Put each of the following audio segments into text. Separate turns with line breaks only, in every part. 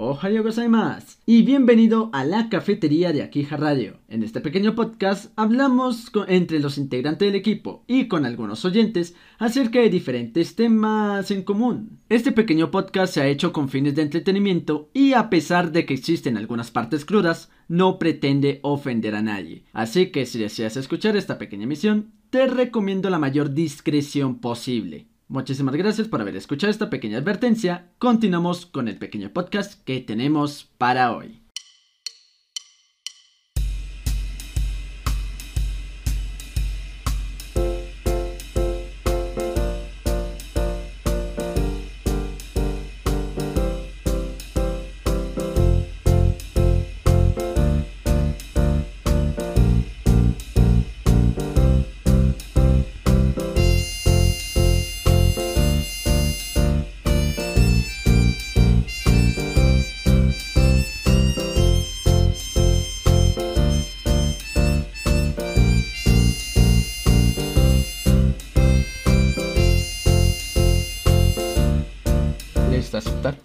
Ohayou gozaimasu y bienvenido a la cafetería de Akija Radio. En este pequeño podcast hablamos con- entre los integrantes del equipo y con algunos oyentes acerca de diferentes temas en común. Este pequeño podcast se ha hecho con fines de entretenimiento y a pesar de que existen algunas partes crudas, no pretende ofender a nadie. Así que si deseas escuchar esta pequeña emisión, te recomiendo la mayor discreción posible. Muchísimas gracias por haber escuchado esta pequeña advertencia. Continuamos con el pequeño podcast que tenemos para hoy. Listo, aceptar.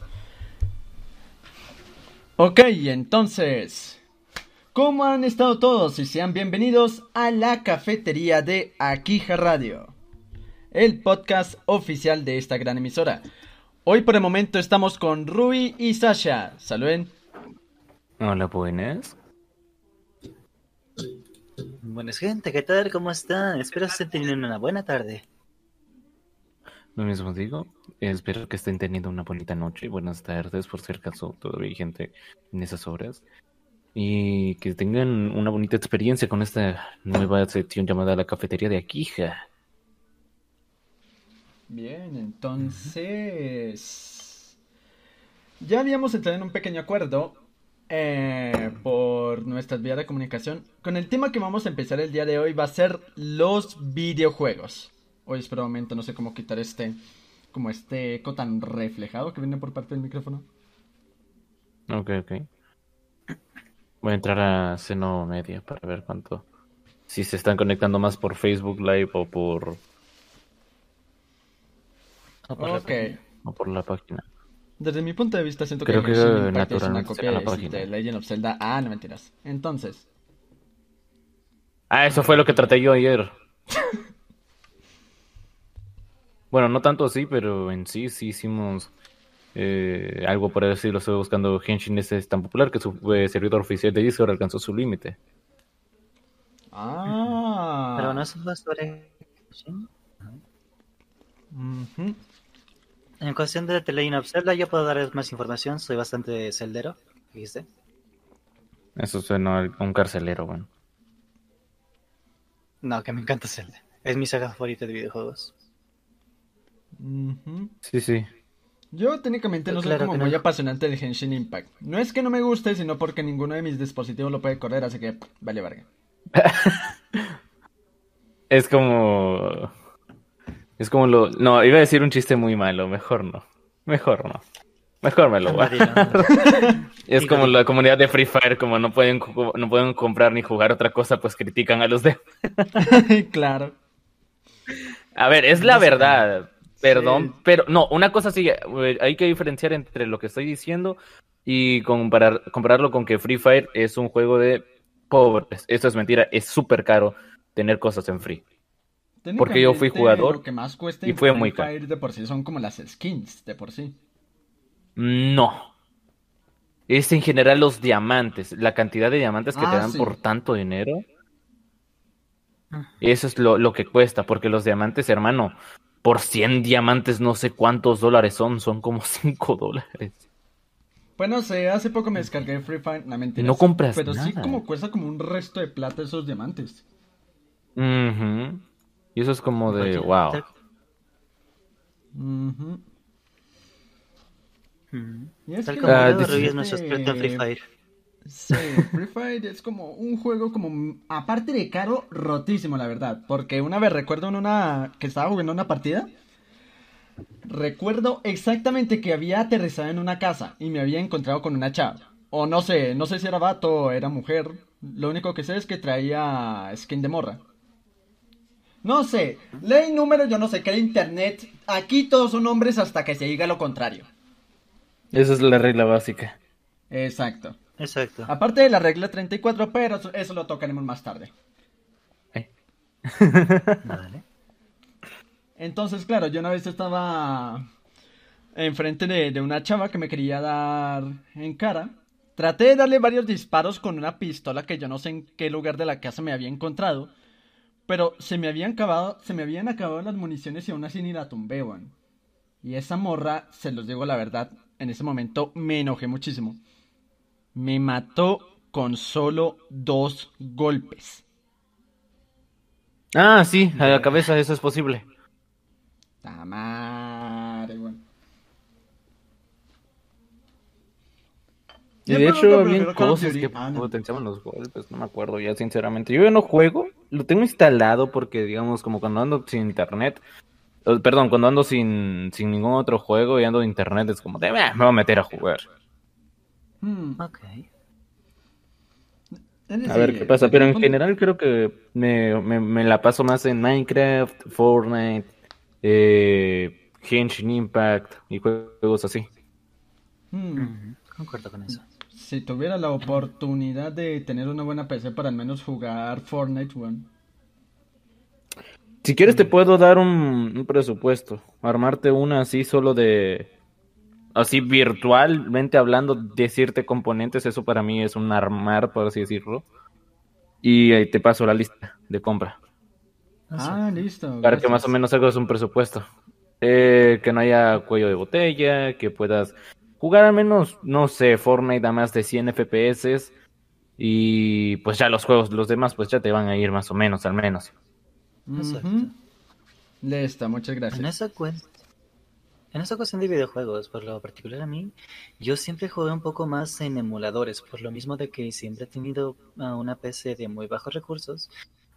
Ok, entonces. ¿Cómo han estado todos? Y sean bienvenidos a la cafetería de Aquija Radio, el podcast oficial de esta gran emisora. Hoy por el momento estamos con Rui y Sasha. Saluden.
Hola, buenas.
Buenas gente, ¿qué tal? ¿Cómo están? Espero que estén teniendo una buena tarde.
Lo mismo digo. Espero que estén teniendo una bonita noche. Buenas tardes, por si acaso todavía hay gente en esas horas. Y que tengan una bonita experiencia con esta nueva sección llamada La Cafetería de Aquija.
Bien, entonces. Ya habíamos entrado en un pequeño acuerdo eh, por nuestras vías de comunicación. Con el tema que vamos a empezar el día de hoy va a ser los videojuegos. Hoy espera un momento, no sé cómo quitar este. Como este eco tan reflejado que viene por parte del micrófono.
Ok, ok. Voy a entrar a Seno Media para ver cuánto. Si se están conectando más por Facebook Live o por,
No por la
Ok.
página.
o por la página.
Desde mi punto de vista siento
Creo
que, es
que
un impacto, es una
naturalmente será
copia
la
es de
página.
Legend of Zelda. Ah, no mentiras. Entonces,
Ah, eso fue lo que traté yo ayer. Bueno, no tanto así, pero en sí sí hicimos eh, algo por decirlo. Estuve buscando Henshin ese es tan popular que su eh, servidor oficial de Discord alcanzó su límite.
ah.
Pero no se fue sobre... ¿sí?
Ujú.
En cuestión de The Legend of Zelda, yo puedo darles más información, soy bastante celdero, ¿viste?
Eso suena a un carcelero, bueno.
No, que me encanta Zelda. Es mi saga favorita de videojuegos.
Ujú.
Sí, sí.
Yo técnicamente no soy
Claro
como
que no.
muy apasionante del Henshin Impact. No es que no me guste, sino porque ninguno de mis dispositivos lo puede correr, así que pff, vale verga.
Es como... Es como lo... No, iba a decir un chiste muy malo. Mejor no. Mejor no. Mejor me lo
Anda,
guardo.
dilo.
Es como
Dígalo.
la comunidad de Free Fire, como no pueden, co- no pueden comprar ni jugar otra cosa, pues critican a los de...
claro.
A ver, es la
No sé.
verdad. Perdón,
Sí.
pero no, una cosa sí, eh, hay que diferenciar entre lo que estoy diciendo y comparar, compararlo con que Free Fire es un juego de pobres. Eso es mentira, es súper caro tener cosas en Free. Porque yo fui
Técnicamente,
jugador
Lo que más cuesta
y
en
fue
Free
muy caro.
Fire de por sí son como las skins, de por sí.
No. Es en general los diamantes, la cantidad de diamantes que te
Ah,
dan
sí. Ah.
por tanto dinero. Eso es lo, lo que cuesta, porque los diamantes, hermano, por 100 diamantes no sé cuántos dólares son, son como 5 dólares.
Bueno, Pues sé, hace poco me descargué Free Fire, no mentiras.
No compras
Pero sí
nada.
como cuesta como un resto de plata esos diamantes.
Ujú. Y eso es como de,
Porque-
wow.
Ujú.
Mm.
Y es
Tal
que
como
Ah,
Leonardo
dice-
Rubio es nuestro experto en Free Fire.
Sí, Free Fire es como un juego como, m- aparte de caro, rotísimo, la verdad. Porque una vez recuerdo en una, que estaba jugando una partida, recuerdo exactamente que había aterrizado en una casa y me había encontrado con una chava. O no sé, no sé si era vato o era mujer. Lo único que sé es que traía skin de morra. No sé, ley número yo no sé qué de internet. Aquí todos son hombres hasta que se diga lo contrario.
Esa es la regla básica.
Exacto.
Ah.
Exacto.
Aparte de la regla 34, pero eso- eso lo tocaremos más tarde.
Vale.
Entonces, claro, yo una vez estaba enfrente de, de una chava que me quería dar en cara. Traté de darle varios disparos con una pistola que yo no sé en qué lugar de la casa me había encontrado. Pero se me habían acabado, se me habían acabado las municiones y aún así ni la tumbé, weón. Y esa morra, se los digo la verdad, en ese momento me enojé muchísimo. Me mató con solo dos golpes.
Ah, sí, a la cabeza, eso es posible.
Ta madre, weón.
Y de hecho, había cosas que
Ah,
potenciaban los golpes, no me acuerdo ya, sinceramente. Yo ya no juego, lo tengo instalado porque, digamos, como cuando ando sin internet, eh, perdón, cuando ando sin, sin ningún otro juego y ando de internet, es como, de, "Bah, me voy a meter a jugar.
Hmm,
Ok.
A ver qué pasa, pero en general creo que me, me- me la paso más en Minecraft, Fortnite, eh, Genshin Impact y juegos así. Mm.
Ujú, Concuerdo con eso.
hmm, Si tuviera la oportunidad de tener una buena PC para al menos jugar Fortnite, weón.
Si quieres te puedo dar un, un presupuesto, armarte una así solo de... Así virtualmente hablando, decirte componentes, eso para mí es un armar, por así decirlo. Y ahí te paso la lista de compra.
No sé.
Ah, listo.
Para que
gracias.
más o menos hagas un presupuesto. Eh, que no haya cuello de botella, que puedas jugar al menos, no sé, Fortnite a más de 100 FPS. Y pues ya los juegos, los demás, pues ya te van a ir más o menos, al menos.
Ujú.
Exacto.
Listo, muchas gracias.
En esa cuen- En esa cuestión de videojuegos, por lo particular a mí, yo siempre jugué un poco más en emuladores, por lo mismo de que siempre he tenido ah, una PC de muy bajos recursos,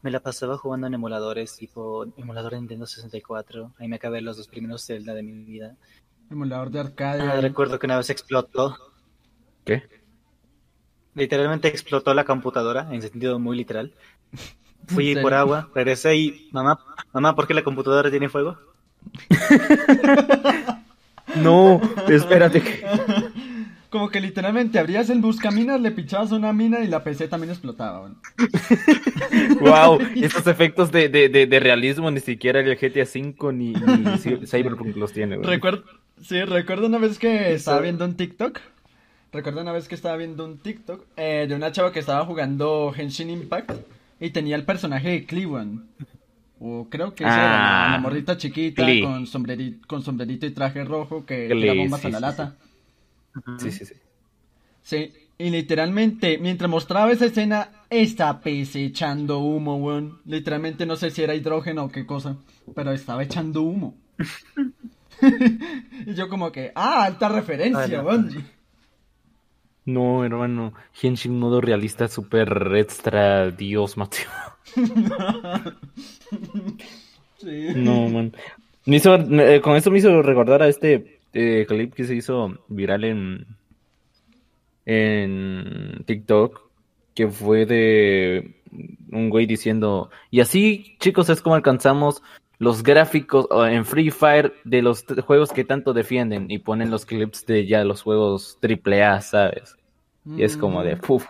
me la pasaba jugando en emuladores, tipo emulador de Nintendo 64, ahí me acabé los dos primeros Zelda de mi vida.
Emulador de arcade.
Ah,
ahí.
recuerdo que una vez explotó,
¿Qué?
literalmente explotó la computadora, en sentido muy literal. Fui
serio?
por agua, regresé y, mamá, mamá, ¿por qué la computadora tiene fuego?
No, espérate. que-
Como que literalmente abrías el buscaminas, le pichabas una mina y la PC también explotaba, weón.
Wow, estos efectos de, de, de, de realismo ni siquiera el GTA V ni, ni Cy- Cyberpunk los tiene. güey.
Recuerdo, sí, recuerdo una vez que estaba viendo un TikTok. Recuerdo una vez que estaba viendo un TikTok eh, de una chava que estaba jugando Henshin Impact y tenía el personaje de Cleveland. O creo que esa era la- la,
Ah,
morrita chiquita
Clee.
con, sombrerito, con sombrerito y traje rojo que
Clee,
tira bombas
sí,
a la
sí,
lata.
Sí, sí, sí.
Sí, y literalmente, mientras mostraba esa escena, estaba PC echando humo, weón. Literalmente no sé si era hidrógeno o qué cosa, pero estaba echando humo. y yo como que, ah, alta referencia,
Ala.
weón.
No, hermano. Henshin modo realista super extra Dios, Mateo.
Sí.
No, man. Me hizo, eh, con eso me hizo recordar a este eh, clip que se hizo viral en, en TikTok, que fue de un güey diciendo, y así, chicos, es como alcanzamos los gráficos o, en Free Fire de los t- juegos que tanto defienden y ponen los clips de ya los juegos triple A, ¿sabes? Y es como
Mm.
de, puf,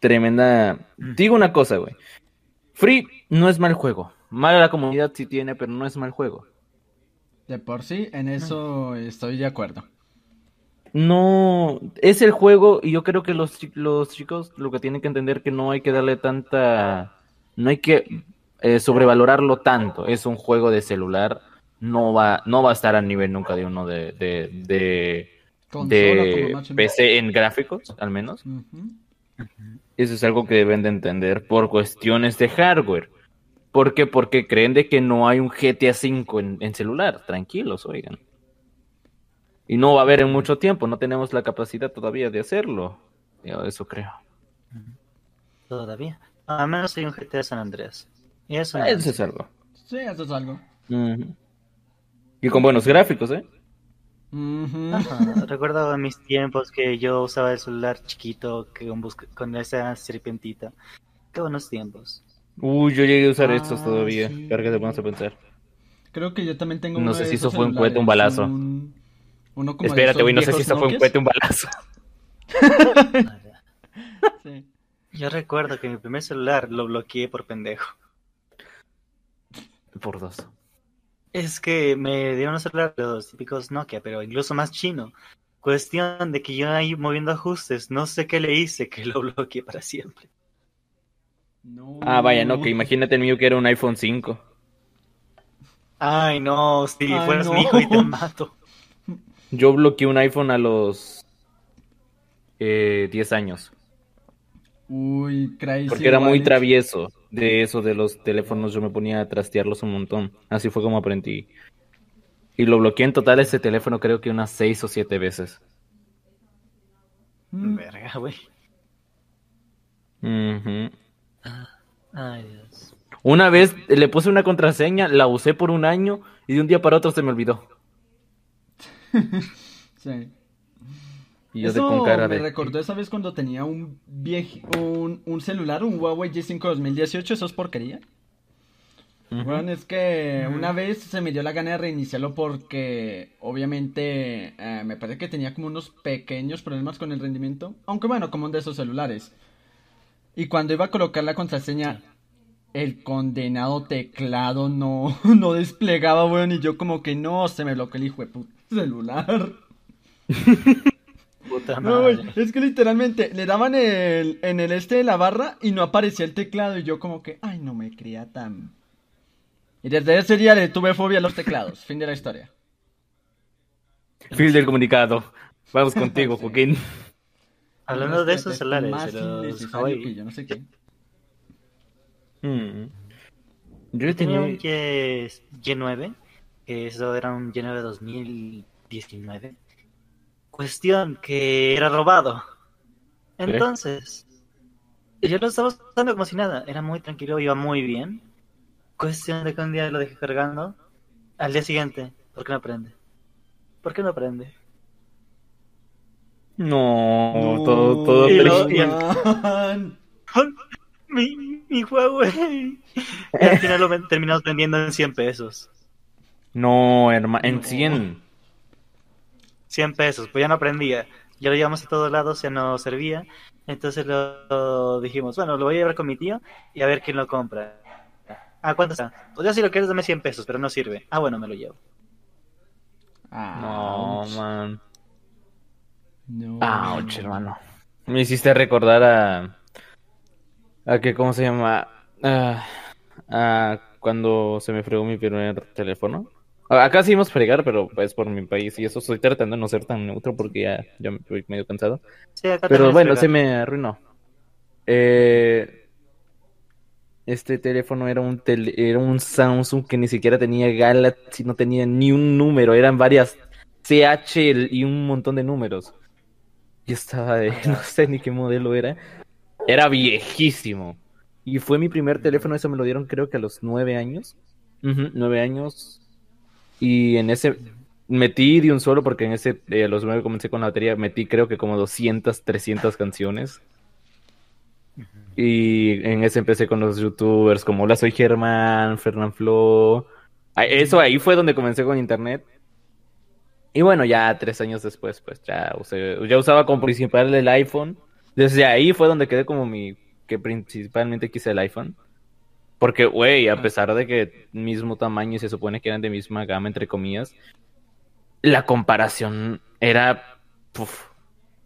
tremenda. Digo una cosa, güey. Free no es mal juego. Mala la comunidad sí tiene, pero no es mal juego.
De por sí, en eso estoy de acuerdo.
No, es el juego y yo creo que los, chi- los chicos lo que tienen que entender que no hay que darle tanta, no hay que eh, sobrevalorarlo tanto. Es un juego de celular, no va, no va a estar al nivel nunca de uno de, de, de, de
como máximo.
PC en gráficos, al menos.
Ujú.
Eso es algo que deben de entender por cuestiones de hardware. ¿Por qué? Porque creen de que no hay un GTA V en, en celular. Tranquilos, oigan. Y no va a haber en mucho tiempo. No tenemos la capacidad todavía de hacerlo. Yo eso creo.
Todavía. A menos soy un GTA San Andreas. Y eso
Ah,
no.
Ah, Eso es algo.
Sí, eso es algo.
Ujú. Y con buenos gráficos, ¿eh?
Ujú.
Ajá, Recuerdo en mis tiempos que yo usaba el celular chiquito que con, busca- con esa serpentita. Qué buenos tiempos.
Uy, yo llegué a usar
Ah,
estos todavía.
sí.
Ahora que te pones a pensar.
Creo que yo también tengo
No
uno
sé
de
si
esos
eso fue un
celulares,
cohete o un balazo.
un- uno como de
Espérate,
esos
güey, no sé si
viejos
eso fue un
Nokias.
cohete o un balazo.
Sí. Yo recuerdo que mi primer celular lo bloqueé por pendejo.
Por dos.
Es que me dieron un celular de los típicos Nokia, pero incluso más chino. Cuestión de que yo ahí moviendo ajustes, no sé qué le hice que lo bloqueé para siempre.
No.
Ah, vaya, no, que imagínate el mío que era un iPhone 5.
Ay, no, si
Ay,
fueras
no.
mi hijo y te mato.
Yo bloqueé un iPhone a los eh, 10 años.
Uy, Crazy.
Porque era muy
Wallet.
travieso de eso de los teléfonos. Yo me ponía a trastearlos un montón. Así fue como aprendí. Y lo bloqueé en total ese teléfono creo que unas seis o siete veces.
Mm.
Verga, güey.
Ujú.
Ay, Dios.
Una vez le puse una contraseña, la usé por un año y de un día para otro se me olvidó.
Sí.
Y yo de
Eso
con cara
me
de...
recordó esa vez cuando tenía un vieji- un, un celular, un Huawei G5 2018, eso es porquería.
Ujú.
Bueno, es que
Ujú.
una vez se me dio la gana de reiniciarlo porque obviamente eh, me parece que tenía como unos pequeños problemas con el rendimiento, aunque bueno, como un de esos celulares. Y cuando iba a colocar la contraseña, el condenado teclado no, no desplegaba, bueno, y yo como que no, se me bloqueó el hijo de puta celular.
Ah,
Puta
No, güey,
madre.
es que literalmente le daban el, en el este de la barra y no aparecía el teclado y yo como que, ay, no me cría tan... Y desde ese día le tuve fobia a los teclados, fin de la historia.
Fin del comunicado. Vamos contigo, Joaquín.
Hablando de esos
Más
celulares,
Este, Más
de los
innecesario que
Huawei,
yo no sé qué.
Mm. Yo
yo tenía un
tenía...
Y, 9 que eso era un Y9 2019. Cuestión que era robado. Entonces, yo lo estaba usando como si nada, era muy tranquilo, iba muy bien. Cuestión de que un día lo dejé cargando. Al día siguiente, ¿por qué no prende? ¿Por qué no prende?
No, todo, todo
Y
triste.
lo- y al- Mi, mi Huawei. Y al final lo ven- terminamos vendiendo en 100 pesos.
No, hermano, en
No.
100.
100 pesos, pues ya no aprendía. Ya lo llevamos a todos lados, ya no servía. Entonces lo, lo dijimos, bueno, lo voy a llevar con mi tío y a ver quién lo compra. Ah, ¿cuánto está? Pues ya si lo quieres dame 100 pesos, pero no sirve. Ah, bueno, me lo llevo.
No,
Ouch.
man.
No.
Ouch, hermano. Me hiciste recordar a. a que, ¿cómo se llama? Ah, a cuando se me fregó mi primer teléfono. A- Acá sí íbamos a fregar, pero es por mi país. Y eso estoy tratando de no ser tan neutro porque ya, ya me estoy medio cansado.
Sí, acá
Pero
también
bueno,
es
se
legal.
me arruinó. Eh, este teléfono era un tele- era un Samsung que ni siquiera tenía Galaxy, no tenía ni un número, eran varias CH y un montón de números. Yo estaba de, no sé ni qué modelo era. Era viejísimo. Y fue mi primer teléfono, eso me lo dieron creo que a los nueve años. Ujú, nueve años. Y en ese metí de un solo, porque en ese, eh, a los nueve comencé con la batería, metí creo que como 200, 300 canciones. Y en ese empecé con los youtubers como Hola Soy Germán, Fernán Flo. Ah, Eso ahí fue donde comencé con internet. Y bueno, ya tres años después, pues ya, usé- ya usaba como principal el iPhone. Desde ahí fue donde quedé como mi... que principalmente quise el iPhone. Porque, güey, a pesar de que mismo tamaño y se supone que eran de misma gama, entre comillas, la comparación era... puf,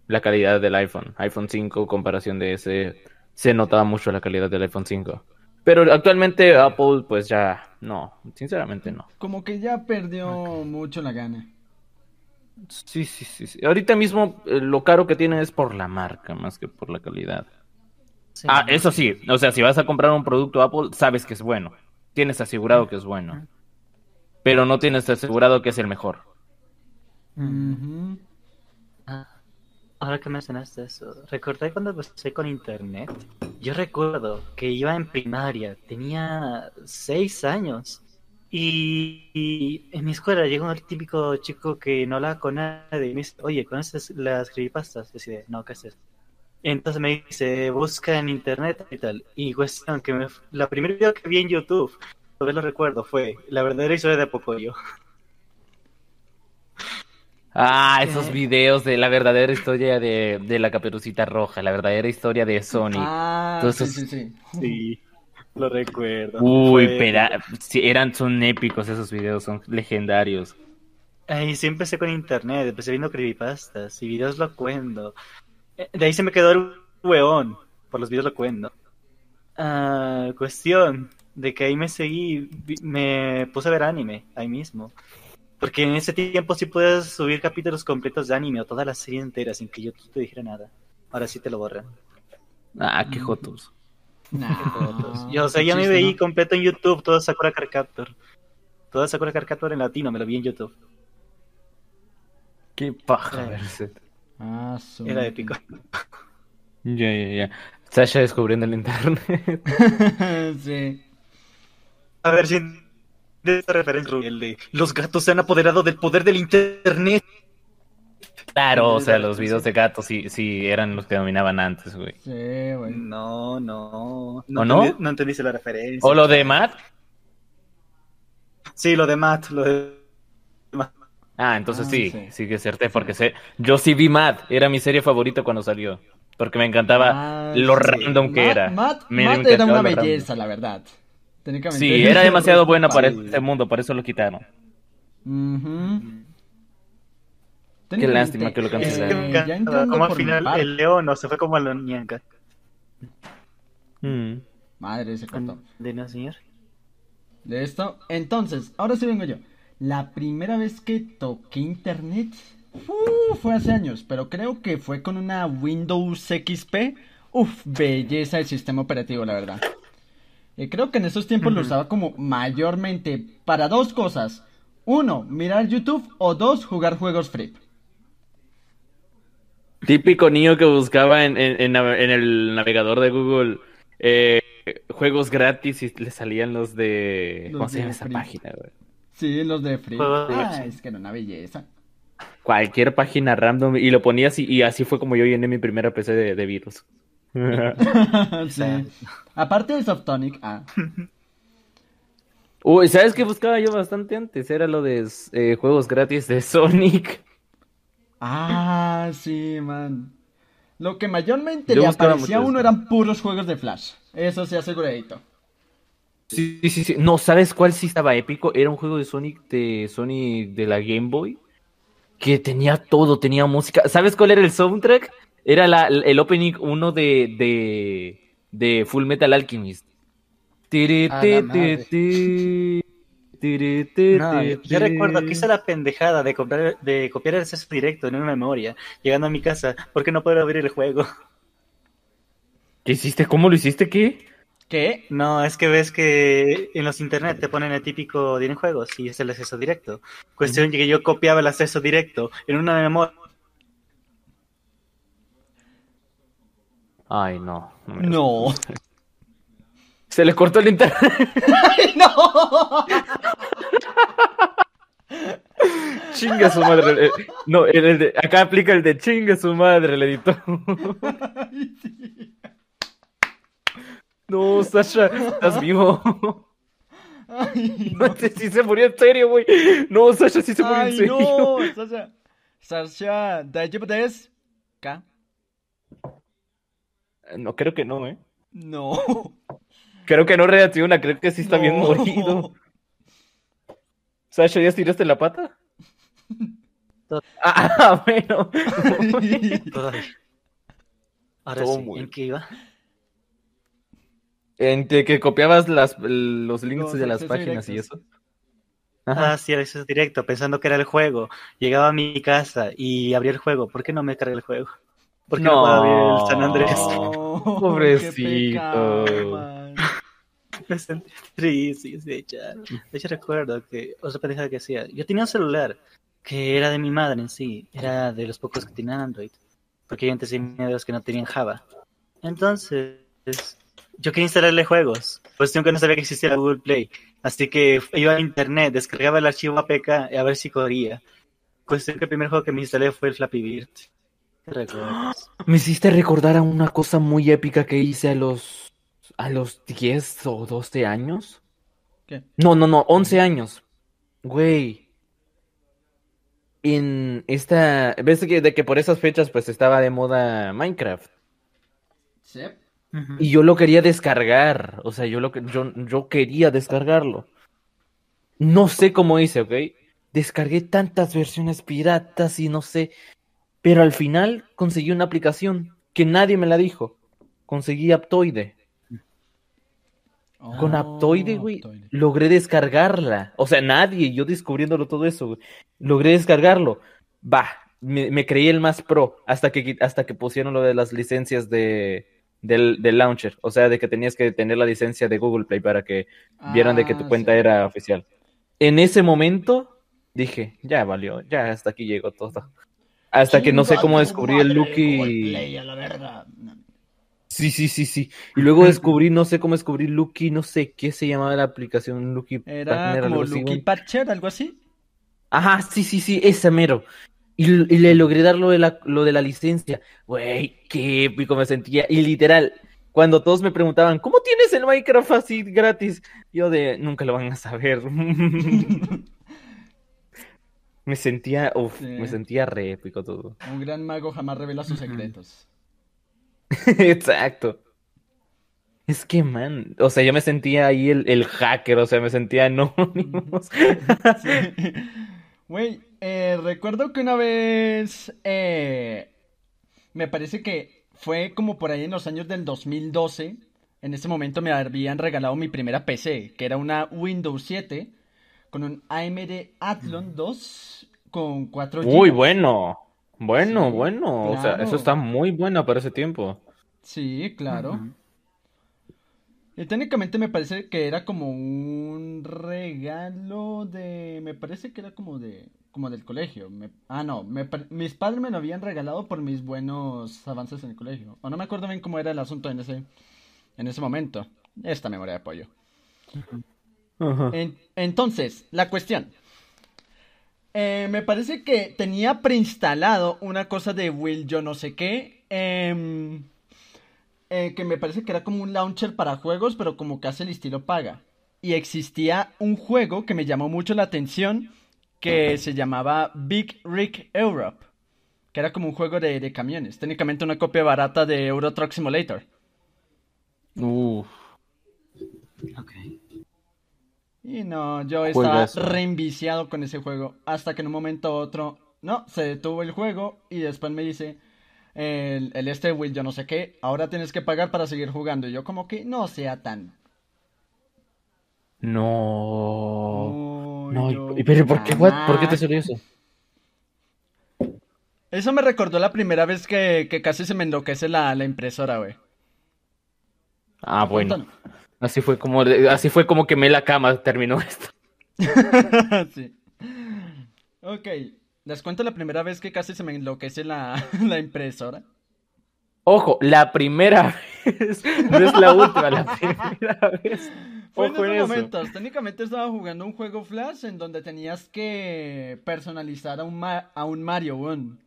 la calidad del iPhone. iPhone 5, comparación de ese se notaba mucho la calidad del iPhone 5. Pero actualmente Apple, pues ya, no, sinceramente no.
Como que ya perdió mucho la gana.
Sí, sí, sí. sí. Ahorita mismo eh, lo caro que tiene es por la marca más que por la calidad.
Sí.
Ah, eso sí, o sea, si vas a comprar un producto Apple, sabes que es bueno. Tienes asegurado que es bueno. Pero no tienes asegurado que es el mejor.
Mm.
Ujú.
Ah, Ahora que mencionaste eso, recordé cuando empecé con internet. Yo recuerdo que iba en primaria, tenía seis años. Y, y en mi escuela llegó un típico chico que no hablaba con nadie y me dice, oye, ¿conoces las creepypastas? Y así de, no, ¿qué es eso? Entonces me dice, busca en internet y tal. Y cuestión que me, la primera video que vi en YouTube, todavía lo recuerdo, fue la verdadera historia de Pocoyo.
Ah, esos videos de la verdadera historia de, de la caperucita roja, la verdadera historia de Sonic.
Ah,
Todos esos-
sí, sí, sí.
Sí, lo recuerdo.
Uy,
Fue-
pera- sí, eran, son épicos esos videos, son legendarios.
Ay, sí empecé con internet, empecé viendo creepypastas y videos locuendo. Eh, De ahí se me quedó el weón por los videos locuendo. Ah, cuestión de que ahí me seguí, vi- me puse a ver anime ahí mismo. Porque en ese tiempo sí puedes subir capítulos completos de anime o toda la serie entera sin que yo te dijera nada. Ahora sí te lo borran.
Ah, qué jotos.
Nah,
yo, o sea,
qué
ya me
chiste,
veí
¿no?
completo en YouTube toda Sakura Card Captor. Toda Sakura Card Captor en latino, me lo vi en YouTube.
Qué paja.
Era-
verse.
Ah, su-
Era épico.
Ya, ya, ya. Sasha descubriendo el internet.
sí.
A ver si de esta referencia el de los gatos se han apoderado del poder del internet.
Claro, o sea, los videos de gatos sí, sí eran los que dominaban antes, güey.
Sí, güey.
No, no.
¿O no?
entendi- entendiste la referencia.
O lo de Matt.
Sí, lo de Matt, lo de Matt.
Ah, entonces
Ah,
sí,
sí.
sí, que acerté, porque sé, yo sí vi Matt, era mi serie favorita cuando salió, porque me encantaba
Ah,
lo
sí.
random que
Matt-
era.
Matt,
Me
Matt era
encantaba
una
lo random.
belleza, la verdad. Técnicamente.
Sí, era demasiado buena para
Sí.
este mundo, por eso lo quitaron.
Ujú.
Qué lástima que lo
Es
Técnicamente, eh,
que
cancelaron.
me
ya
encanta
entrando
Como al
por mi
final
parte.
el león no se fue como a la ñanca.
Mm.
Madre, se cortó.
¿De no, señor?
De esto. Entonces, ahora sí vengo yo. La primera vez que toqué internet fu, fue hace años, pero creo que fue con una Windows XP. Uf, belleza el sistema operativo, la verdad. Eh, creo que en esos tiempos lo
Ujú.
usaba como mayormente para dos cosas. Uno, mirar YouTube o dos, jugar juegos free.
Típico niño que buscaba en, en- en nave- en el navegador de Google eh, juegos gratis y le salían los de...
Los
¿Cómo se
de
llama esa
free.
página? güey?
Sí, los de free.
Juegos de
Ah,
acción.
es que era una belleza.
Cualquier página random y lo ponía así y así fue como yo llené mi primera PC de, de virus.
Sí. Aparte de Softonic, ah,
Uy, ¿sabes qué buscaba yo bastante antes? Era lo de eh, juegos gratis de Sonic.
Ah, sí, man. Lo que mayormente
Yo
le
buscaba
aparecía a
mucho
uno
eso.
eran puros juegos de Flash. Eso sí, aseguradito.
Sí, sí, sí, sí. No, ¿sabes cuál sí estaba épico? Era un juego de Sonic de Sonic de la Game Boy que tenía todo, tenía música. ¿Sabes cuál era el soundtrack? Era la- el opening uno de, de, de Full Metal Alchemist. Tiri,
A la
ti,
madre.
ti, ti, tiri, ti,
No,
ti,
yo,
ti.
yo recuerdo que hice la pendejada de, comprar, de copiar el acceso directo en una memoria, llegando a mi casa, porque no puedo abrir el juego.
¿Qué hiciste? ¿Cómo lo hiciste? ¿Qué?
¿Qué?
No, es que ves que en los internet te ponen el típico tienen juegos y es el acceso directo. Cuestión de que yo copiaba el acceso directo en una memoria.
Ay, no. no me-
No.
Se le cortó el internet.
¡No!
Chinga su madre. Eh, No, el- el de- acá aplica el de chinga su madre, el editor.
Ay, sí.
No, Sasha, estás vivo.
Ay,
No, este sí se murió en serio, güey. No, Sasha sí se murió en
Ay,
serio.
no. Sasha. Sasha, ¿daijoubu desu? ¿Ka?
No, creo que no, eh.
No.
Creo que no reacciona, creo que sí está bien
No.
morido. Sasha, ¿ya estiraste la pata? Ah, bueno.
Todavía. Ahora
Todo
sí,
muy-
¿en qué iba?
Entre que copiabas las, los links
Los
de las
accesos
páginas y
directos.
eso. Ajá.
Ah, sí, el acceso directo, pensando que era el juego. Llegaba a mi casa y abría el juego. ¿Por qué no me carga el juego? ¿Por qué no,
No.
puedo abrir el San Andrés?
No, Qué
Pobrecito.
pecado, man.
Me sentí triste, de hecho, de hecho recuerdo que otra pendejada que hacía, yo tenía un celular que era de mi madre en sí, era de los pocos que tenían Android, porque yo antes tenía de los que no tenían Java. Entonces, yo quería instalarle juegos, cuestión que no sabía que existía Google Play, así que iba a internet, descargaba el archivo APK y a ver si corría. Cuestión que el primer juego que me instalé fue el Flappy Bird. ¿Qué recuerdas?
Me hiciste recordar a una cosa muy épica que hice a los a los 10 o 12 años.
¿Qué?
No, no, no, 11 años. Güey. en esta. ¿Ves que, de que por esas fechas pues estaba de moda Minecraft?
Sí.
Y yo lo quería descargar. O sea, yo, lo que, yo, yo quería descargarlo. No sé cómo hice, ¿ok? Descargué tantas versiones piratas y no sé. Pero al final conseguí una aplicación que nadie me la dijo. Conseguí Aptoide. Con Aptoide, güey, logré descargarla. O sea, nadie, yo descubriéndolo todo eso, güey, logré descargarlo. Va, me, me creí el más pro hasta que, hasta que pusieron lo de las licencias de, del, del launcher. O sea, de que tenías que tener la licencia de Google Play para que vieran de que tu
Ah,
cuenta
sí.
era oficial. En ese momento dije, ya valió, ya hasta aquí llegó todo. Hasta que no sé cómo descubrí el Lucky. Sí, sí, sí, sí. Y luego descubrí, no sé cómo descubrí Lucky, no sé qué se llamaba la aplicación Lucky
Era
Partner, algo
como
así,
Lucky
güey.
Patcher, algo así.
Ajá, sí, sí, sí, esa mero. Y, l- y le logré dar lo de la, lo de la licencia. Güey, qué épico me sentía. Y literal, cuando todos me preguntaban, ¿cómo tienes el Minecraft así gratis? Yo de, nunca lo van a saber. Me sentía, uff,
Sí.
me sentía re épico todo.
Un gran mago jamás revela sus secretos.
Exacto. Es que, man, o sea, yo me sentía ahí el, el hacker, o sea, me sentía anónimos.
Sí. Güey, eh, recuerdo que una vez, eh, me parece que fue como por ahí en los años del 2012, en ese momento me habían regalado mi primera PC, que era una Windows 7, con un AMD Athlon 2 con 4
Muy
GB.
bueno, bueno,
Sí,
bueno, o sea,
claro.
eso está muy bueno para ese tiempo.
Sí, claro.
Ujú.
Y Eh, técnicamente me parece que era como un regalo de... Me parece que era como de... Como del colegio. Me- ah, no. me par- mis padres me lo habían regalado por mis buenos avances en el colegio. O no me acuerdo bien cómo era el asunto en ese, en ese momento. Esta memoria de apoyo.
Ajá.
En- entonces, la cuestión. Eh, me parece que tenía preinstalado una cosa de Will yo no sé qué. em, eh, que me parece que era como un launcher para juegos, pero como que hace el estilo paga. Y existía un juego que me llamó mucho la atención que se llamaba Big Rig Europe. Que era como un juego de, de camiones. Técnicamente una copia barata de Euro Truck Simulator.
Uf.
Ok.
Y no, yo estaba
Juegazo.
reenviciado con ese juego. Hasta que en un momento u otro, no, se detuvo el juego. Y después me dice, el, el este Will, yo no sé qué, ahora tienes que pagar para seguir jugando. Y yo, como que no sea tan. Uy,
No. Oh, No,
yo,
y- pero ¿por qué, what? ¿Por qué
carajo.
te salió eso?
Eso me recordó la primera vez que, que casi se me enloquece la, la impresora, güey.
Ah, bueno.
Cuéntanos.
Así fue como, así fue como quemé la cama, terminó esto.
Sí. Ok, ¿les cuento la primera vez que casi se me enloquece la, la impresora?
Ojo, la primera vez, no es la última, la primera vez.
Fue
Ojo
en esos
en eso.
momentos. Técnicamente estaba jugando un juego Flash en donde tenías que personalizar a un, ma- a un Mario, weón.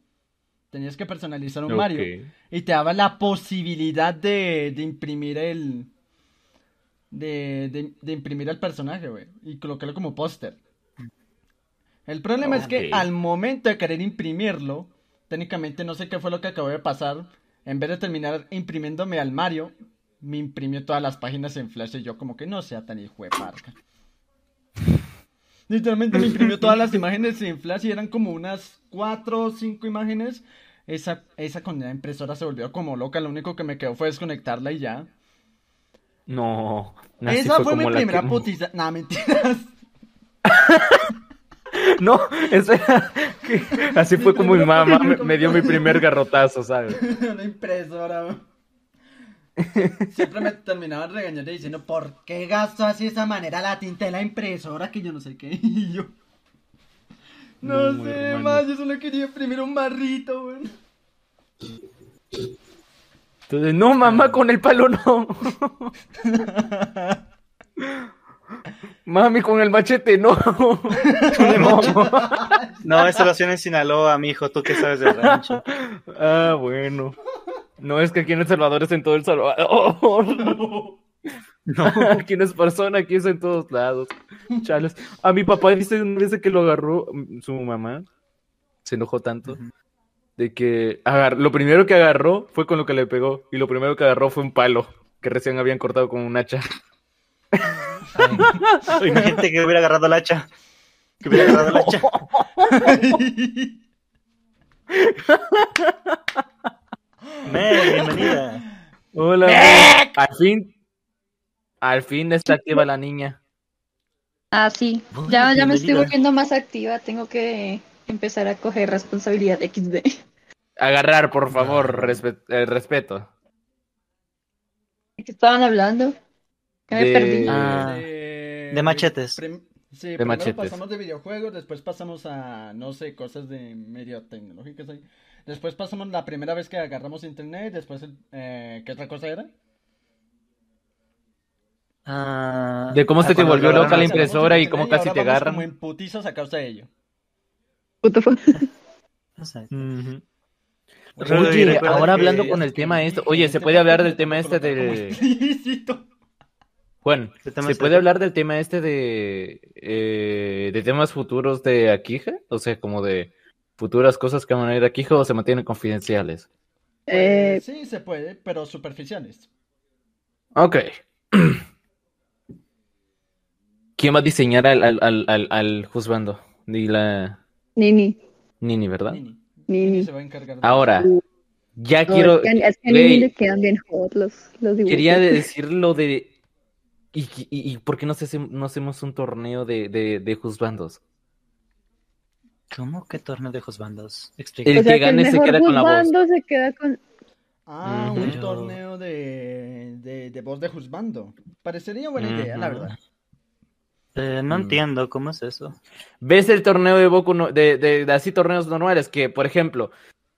Tenías que personalizar a un Mario.
Ok.
Y te daba la posibilidad de, de imprimir el. De, de- de imprimir al personaje, güey. Y colocarlo como póster. El problema es que
Ok.
al momento de querer imprimirlo, técnicamente no sé qué fue lo que acabó de pasar. En vez de terminar imprimiéndome al Mario, me imprimió todas las páginas en Flash y yo como que no sea tan hijo de parca. Literalmente me imprimió todas las imágenes en Flash y eran como unas cuatro o cinco imágenes. Esa, esa con la impresora se volvió como loca, lo único que me quedó fue desconectarla y ya.
No. así
Esa fue, mi
como la
primera
que-
putiza. Nah, mentiras.
No, espera. que- Así fue como mi
primera
mamá me,
putiza.
me dio mi primer garrotazo, ¿sabes?
la impresora. weón. Siempre me terminaban regañando y diciendo, ¿por qué gasto así de esa manera la tinta de la impresora? Que yo no sé qué. Y yo. No,
No,
sé,
hermano.
más, yo solo quería imprimir un barrito, weón.
Entonces, no, mamá, con el palo no. Mami, con el machete no. No.
No, esta oración en Sinaloa, mijo, tú que sabes del rancho.
Ah, bueno. No es que aquí en El Salvador es en todo El Salvador. No, aquí no es persona, aquí es en todos lados. Chales. A mi papá dice una vez que lo agarró mm, su mamá. se enojó tanto. De que agar- lo primero que agarró fue con lo que le pegó. Y lo primero que agarró fue un palo que recién habían cortado con un hacha.
Ay, Imagínate que hubiera agarrado el hacha. Que hubiera agarrado el hacha. Mel, bienvenida.
Hola. güey. Al fin. Al fin está activa la niña.
Ah, sí.
Bueno,
Ya, ya me estoy
bienvenida.
volviendo más activa. Tengo que empezar a coger responsabilidad XD.
Agarrar, por favor, respe- eh, respeto.
¿De qué estaban hablando? Que me
De-
perdí.
Ah.
de,
De machetes.
prim- sí,
De
primero
machetes.
pasamos de videojuegos, después pasamos a, no sé, cosas de medio tecnológicas ahí. Después pasamos la primera vez que agarramos internet, después, el- eh, ¿qué otra cosa era?
Ah,
De cómo se
ah,
te
cuando
volvió
agarraron
loca la
el-
impresión. impresora y cómo
ahora
casi te
vamos
agarran.
Como en putizas a causa de ello.
What the fuck?
No sé.
Mm,
Oye,
Oye,
recuerda
ahora
que-
hablando con el tema este, oye, ¿se puede hablar del tema este de...
Explícito.
Juan,
Este tema
¿se
es-
puede hablar del tema este de... eh, de temas futuros de Akija? O sea, como de futuras cosas que van a ir a Akija o se mantienen confidenciales.
Eh,
Sí, se puede, pero superficiales.
Ok. ¿Quién va a diseñar al, al, al, al, al juzgando? Di la
Nini,
Nini, ¿verdad?
Nini. Nini
Nini.
se va a encargar de-
Ahora, ya
No,
quiero...
es que a- es que a
Güey.
Nini le quedan bien hot los, los dibujos.
Quería decir lo de. ¿Y, y- y por qué no, se hace- no hacemos un torneo de, de, de juzbandos?
¿Cómo que torneo de Josbandos?
El
Explica.
O sea,
que gane
el
se
mejor
queda con la voz.
juzgando se queda con...
Ah,
Ujú.
un
Pero-
torneo de, de, de voz de Juzbando. Parecería buena idea, la
Ujú.
verdad.
Eh, no
Mm.
entiendo, ¿cómo es eso?
¿Ves el torneo de Boku no- de, de- de así torneos normales? Que, por ejemplo,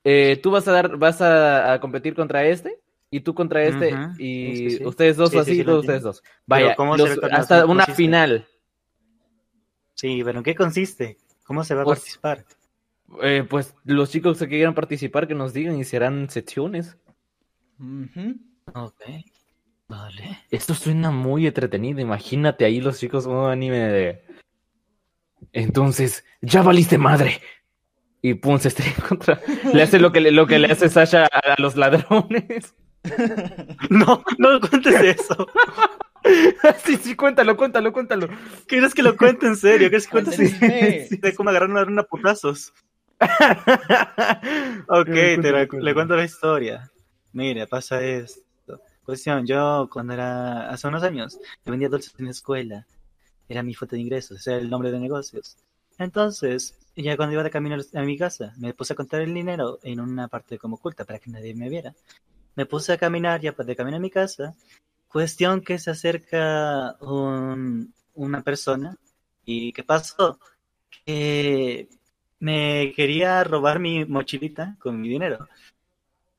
eh, tú vas a dar, vas a, a competir contra este, y tú contra este,
Ujú.
y
Sí, sí, sí.
ustedes dos
Sí, sí,
así,
sí,
y
lo
luego ustedes
entiendo.
dos. Vaya,
Pero ¿cómo será
los-
el torneo?
hasta
¿Cómo
una
consiste?
final.
Sí, pero ¿en qué consiste? ¿Cómo se va a
Pues-
participar?
Eh, pues los chicos que quieran participar que nos digan y serán secciones.
Ujú.
Ok. Vale.
Esto suena muy entretenido. Imagínate ahí los chicos un anime de. Entonces, ya valiste madre. Y pum, se estrella contra. Le hace lo que le, lo que le hace Sasha a, a los ladrones.
No, no cuentes eso.
sí, sí, cuéntalo, cuéntalo, cuéntalo.
¿Quieres que lo cuente en serio? ¿Quieres que cuente
Cuéntalo en serio.
así de cómo agarraron a una putazos? Ok, te la- le cuento la historia. Mira, pasa esto. Cuestión, yo cuando era hace unos años, yo vendía dulces en la escuela. Era mi fuente de ingresos, ese era el nombre de negocios. Entonces, ya cuando iba de camino a mi casa, me puse a contar el dinero en una parte como oculta para que nadie me viera. Me puse a caminar, ya de camino a mi casa. Cuestión que se acerca un- una persona. ¿Y qué pasó? Que me quería robar mi mochilita con mi dinero.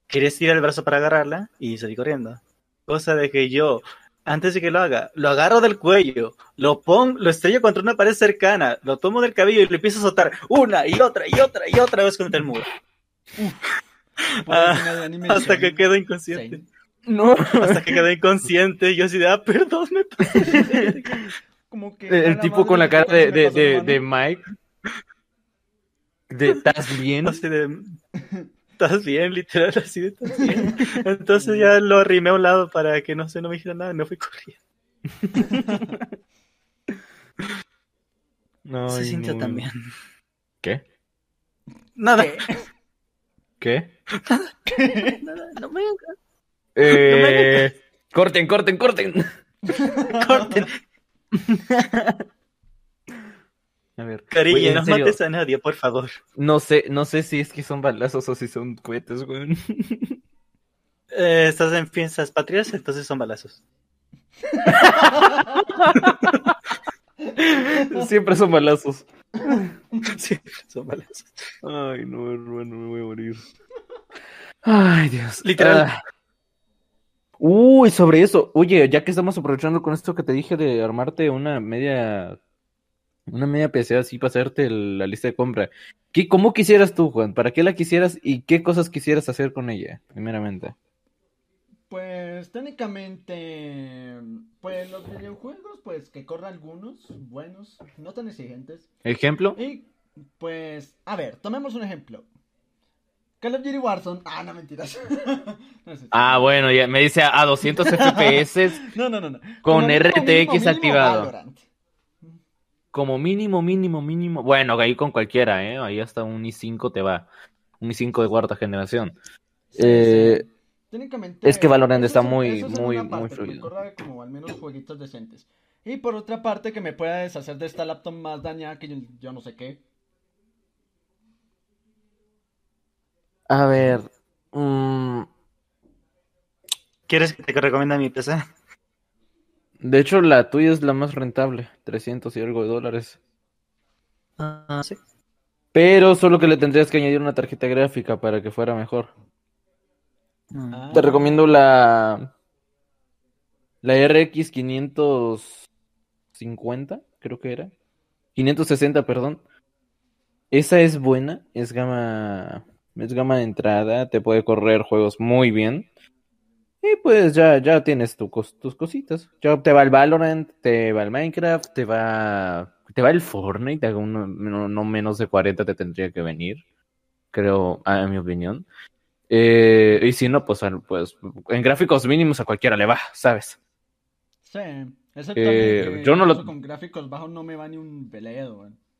Quería estirar el brazo para agarrarla y salí corriendo. Cosa de que yo, antes de que lo haga, lo agarro del cuello, lo pongo, lo estrello contra una pared cercana, lo tomo del cabello y lo empiezo a soltar una y otra y otra y otra vez contra el muro.
Por encima de anime
Ah, Hasta
shonen.
que quedo inconsciente.
Sí.
No.
Hasta que quedé inconsciente. Yo así de, ah, perdón, me pasé de verga".
Como que
El,
a
el tipo
madre,
con la cara de,
¿qué
de,
me pasó,
de,
hermano?
de Mike. De, ¿Estás bien?
Así de, estás bien, literal, así de, estás bien. Entonces ya lo arrimé a un lado para que no se no me dijera nada y me fui corriendo.
No,
se sintió también.
¿Qué?
Nada,
¿Qué?
nada, no me
Eh, corten, corten, corten.
corten.
A ver.
Cariño,
Oye, en
no
serio,
mates a nadie, por favor.
No sé, no sé si es que son balazos o si son cohetes, güey.
Eh, estás en fiestas patrias, entonces son balazos.
Siempre son balazos.
Sí, son balazos.
Ay, no, hermano, me voy a morir. Ay, Dios.
Literal.
Ah. Uy, sobre eso. Oye, ya que estamos aprovechando con esto que te dije de armarte una media. Una media PC así para hacerte el- la lista de compra. ¿Qué, ¿Cómo quisieras tú, Juan? ¿Para qué la quisieras y qué cosas quisieras hacer con ella, primeramente?
Pues técnicamente, pues los videojuegos, pues que corra algunos buenos, no tan exigentes.
¿Ejemplo?
Y Pues, a ver, tomemos un ejemplo. Call of Duty Warzone. Ah, no, mentiras. No es eso.
Ah, bueno, ya me dice a 200 FPS
No, no, no. no.
con
Como mínimo,
RTX
mínimo, mínimo
activado.
Valorant.
como mínimo, mínimo, mínimo. Bueno, ahí con cualquiera, ¿eh? Ahí hasta un i5 te va. Un i5 de cuarta generación.
Sí,
Eh,
sí. Técnicamente,
es que Valorant
eso
está
es-
muy,
eso es en
muy,
una
muy
parte, que me
fluido.
corra como al menos jueguitos decentes. Y por otra parte, que me pueda deshacer de esta laptop más dañada que yo, yo no sé qué.
A ver. mm,
¿Quieres que te recomienda mi PC?
de hecho, la tuya es la más rentable. 300 y algo de dólares.
Ah, sí.
Pero solo que le tendrías que añadir una tarjeta gráfica para que fuera mejor.
Mm.
Ah,
Te recomiendo la. La RX 550, creo que era. 560, perdón. Esa es buena, es gama. Es gama de entrada, te puede correr juegos muy bien. Y pues ya, ya tienes tu cos- tus cositas. Ya te va el Valorant, te va el Minecraft, te va. Te va el Fortnite, a uno- no, no menos de 40 te tendría que venir. Creo, a mi opinión. Eh, y si no, pues, al- pues en gráficos mínimos a cualquiera le va, ¿sabes?
Sí, excepto
Eh,
a mí, que
yo no lo-
incluso con gráficos bajos no me va ni un veledo. weón.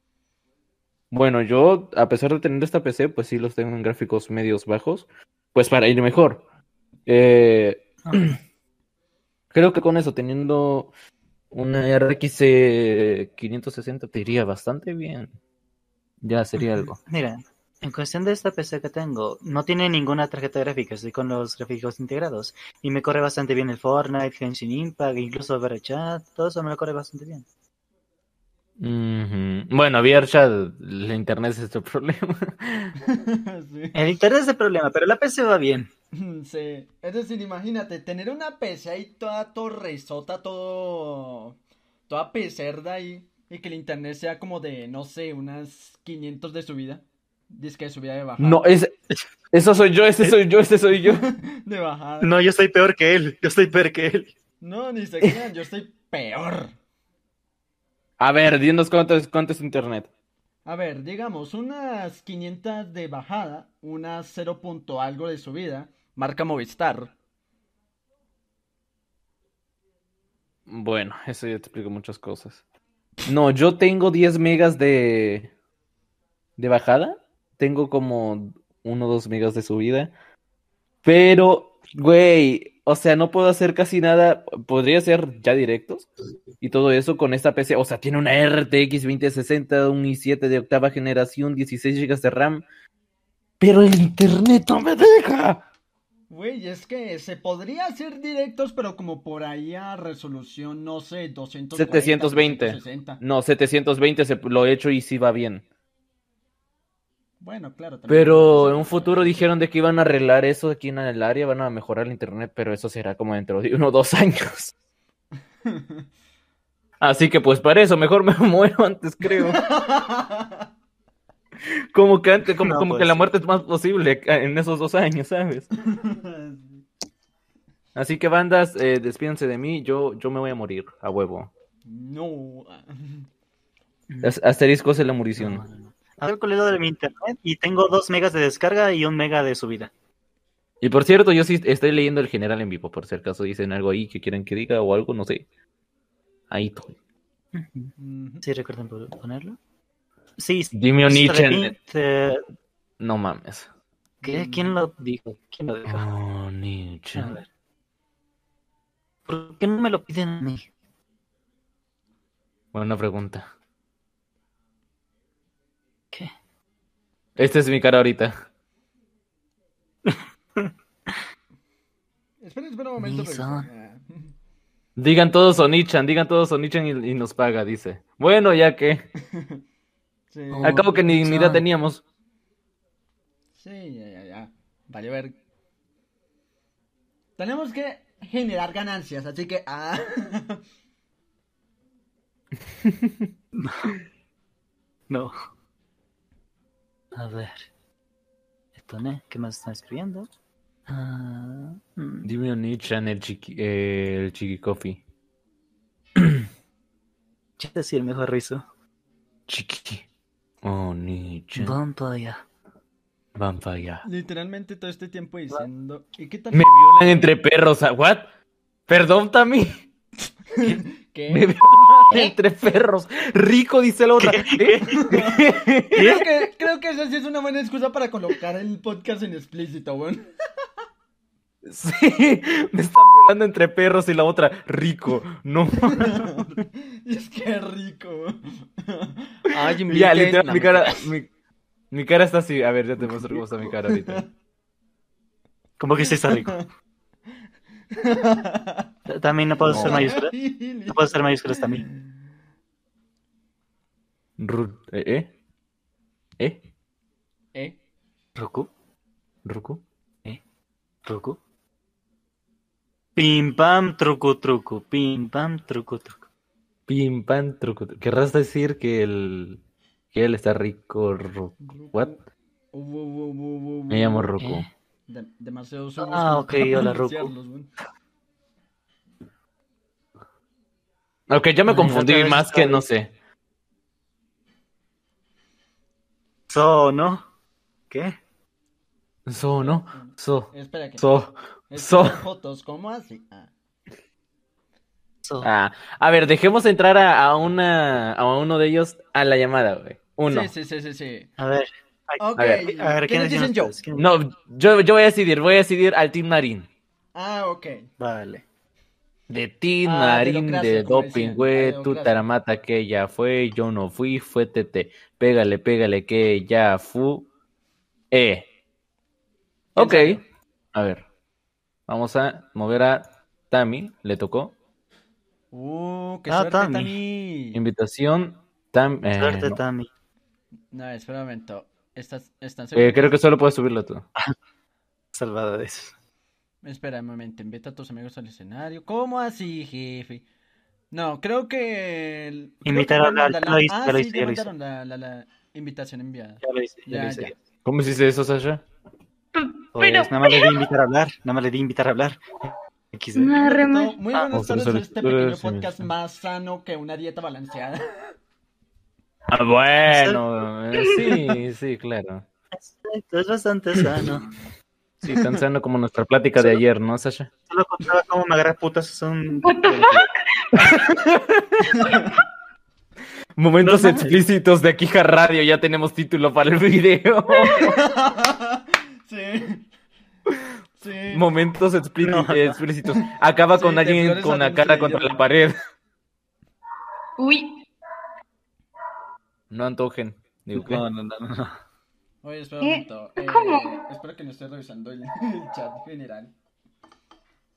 Bueno, yo, a pesar de tener esta PC, pues sí los tengo en gráficos medios bajos, pues para ir mejor. Eh, creo que con eso, teniendo una RX eh, 560, te iría bastante bien. Ya sería algo.
Mira, en cuestión de esta PC que tengo, no tiene ninguna tarjeta gráfica, estoy con los gráficos integrados. Y me corre bastante bien el Fortnite, Genshin Impact, incluso Overchat, todo eso me lo corre bastante bien.
Ujú. Bueno, VRChat, la internet es este problema.
Sí.
El internet es el problema, pero la PC va bien.
Sí, es decir, imagínate, tener una PC ahí toda torresota, todo, toda pecerda ahí, y que el internet sea como de, no sé, unas 500 de subida, disque de subida de bajada.
No, es, eso soy yo, ese soy yo, ese soy yo.
De bajada.
No, yo estoy peor que él, yo estoy peor que él.
No, ni se crean, yo estoy peor.
A ver, dinos cuánto es, cuánto es internet.
A ver, digamos, unas 500 de bajada, unas 0 punto algo de subida, marca Movistar.
Bueno, eso ya te explico muchas cosas. No, yo tengo 10 megas de, de bajada. Tengo como 1 o 2 megas de subida. Pero, güey, o sea, no puedo hacer casi nada. Podría hacer ya directos y todo eso con esta PC. O sea, tiene una RTX 2060, un i7 de octava generación, 16 GB de RAM. Pero el internet no me deja.
Güey, es que se podría hacer directos, pero como por ahí a resolución, no sé, 240,
720.
260.
No, 720 se, lo he hecho y sí va bien.
Bueno, claro. también
Pero en
puede
un
ser.
futuro dijeron de que iban a arreglar eso aquí en el área, van a mejorar el internet, pero eso será como dentro de uno o dos años. Así que pues para eso, mejor me muero antes, creo. Como que antes, como,
No,
como
pues
que la
sí.
muerte es más posible eh, en esos dos años, ¿sabes? Así que bandas, eh, despídense de mí, yo, yo me voy a morir, a huevo.
No.
Mm.
As- asterisco es la murición.
Ahora he colgado de mi internet y tengo 2 megas de descarga y 1 mega de subida.
Y por cierto, yo sí estoy leyendo el general en vivo, por si acaso dicen algo ahí que quieran que diga o algo, no sé. Ahí estoy.
Ujú.
Sí, recuerden po- ponerlo. Sí, sí,
Dime un
está de
Nietzsche.
Inter-
No mames.
¿Qué? ¿Quién lo dijo? ¿Quién lo dijo?
Oh, Nietzsche.
A ver. ¿Por qué no me lo piden a mí?
Buena pregunta.
¿Qué?
Esta es mi cara ahorita.
Espera, espera un momento.
Ni
reviso.
son.
Ah.
Digan todos Onichan, digan todos Onichan y, y nos paga, dice. Bueno, ya que.
Sí,
Oh.
Acabo que ni ni idea teníamos.
sí, ya, ya, ya. Vale, a ver. Tenemos que generar ganancias, así que... ah.
No. A ver. Esto, ¿no? ¿Qué más están escribiendo? Ah, mm.
Dime Onichan, el chiqui, eh, el chiqui coffee.
Yo decía el mejor rizo.
Chiqui. Oh, Nietzsche.
Vampire.
Vampire.
Literalmente todo este tiempo diciendo. ¿Y qué tal?
Me violan entre perros. ah, ¿What? Perdón, Tami.
¿Qué?
Me violan entre perros. Rico, dice la otra.
Creo que, creo que esa sí es una buena excusa para colocar el podcast en explícito, weón.
Sí, me están violando entre perros y la otra. Rico. No.
es que rico. weón. Ay,
Ya, literal, mi cara, mi, mi cara está así. A ver, ya te muestro cómo está mi cara ahorita.
Como que sí está rico. Ta- También no puedo
No.
hacer mayúsculas. No puedo hacer mayúsculas también.
Ru- ¿Eh? ¿Eh? ¿Eh?
¿Eh?
Roku,
¿Ruku?
Roku. Pim pam, truco, truco. Pim pam, truco, truco.
Pim, pan, truco. truco. ¿Querrás decir que el. que él está rico, Ruku? ¿What?
Uh, uh, uh, uh, uh,
Me llamo
uh.
Ruku.
¿Eh?
De- demasiados ojos
Ah,
como
ok,
para
hola, Roku.
pronunciarlos, weón.
Ok, ya me
Ay,
confundí
otra vez
más que
estoy-
no sé.
So, ¿no? ¿Qué?
So, ¿no? So.
Espera que.
So.
Es
so.
que Jotos, ¿cómo hace? Ah.
So.
Ah, a ver, dejemos entrar a, a una a uno de ellos a la llamada, güey. Uno.
Sí, sí, sí, sí, sí.
A ver,
Ok.
ver,
a ver,
¿Qué nos dicen yo?
ustedes? ¿Quién-
No, yo, yo voy a decidir, voy a decidir al Team Marín.
Ah, ok.
Vale.
De Team
Ah,
Marín,
dedocracia,
de
como
doping,
decían, la
güey, tú
dedocracia.
taramata que ya fue, yo no fui, fue tete. Pégale, pégale que ya fu. Eh. Ok.
salió?
A ver. Vamos a mover a Tami, le tocó.
Uh, qué
Ah,
suerte,
Tami.
Tami.
Invitación, Tam. eh,
Suerte,
no.
Tami.
No, espera un momento. ¿Estás, están
Eh,
seguros?
creo que solo puedes subirlo tú.
Salvada de eso.
Espera un momento, invita a tus amigos al escenario. ¿Cómo así, jefe? No, creo que... el- creo
Invitar
que
a la-
mandaron
ya lo hice,
Ah,
ya lo
sí,
hice,
ya
ya lo hice.
mandaron la, la- la invitación enviada.
Ya lo hice, ya,
Ya,
lo hice.
ya.
¿Cómo se dice eso, Sasha?
Pues, nada más le di invitar a hablar, nada más le di invitar a hablar. XD.
Todo-
Arre, man.
Muy
Ah,
buenas
vamos a
tardes a
hacer
este pequeño
estructuras y
podcast
mezcla.
más sano que una dieta balanceada.
Ah, bueno, eh, sí, sí, claro.
Exacto, es bastante sano.
Sí, tan sano como nuestra plática de ayer, ¿no, Sasha?
Solo contaba cómo me agarrar putas es un...
Momentos
No mames.
explícitos de Akija Radio, ya tenemos título para el video.
sí. Sí.
Momentos explí-
No.
explícitos. Acaba
Sí,
con
de
alguien
flores a
con la
dulce,
cara
ya.
contra la pared.
Uy,
No antojen. Digo, ¿qué?
No, no, no, no, no.
Oye, espera un
¿Eh?
momento. Eh,
¿Cómo?
espero que no esté revisando el, el chat general.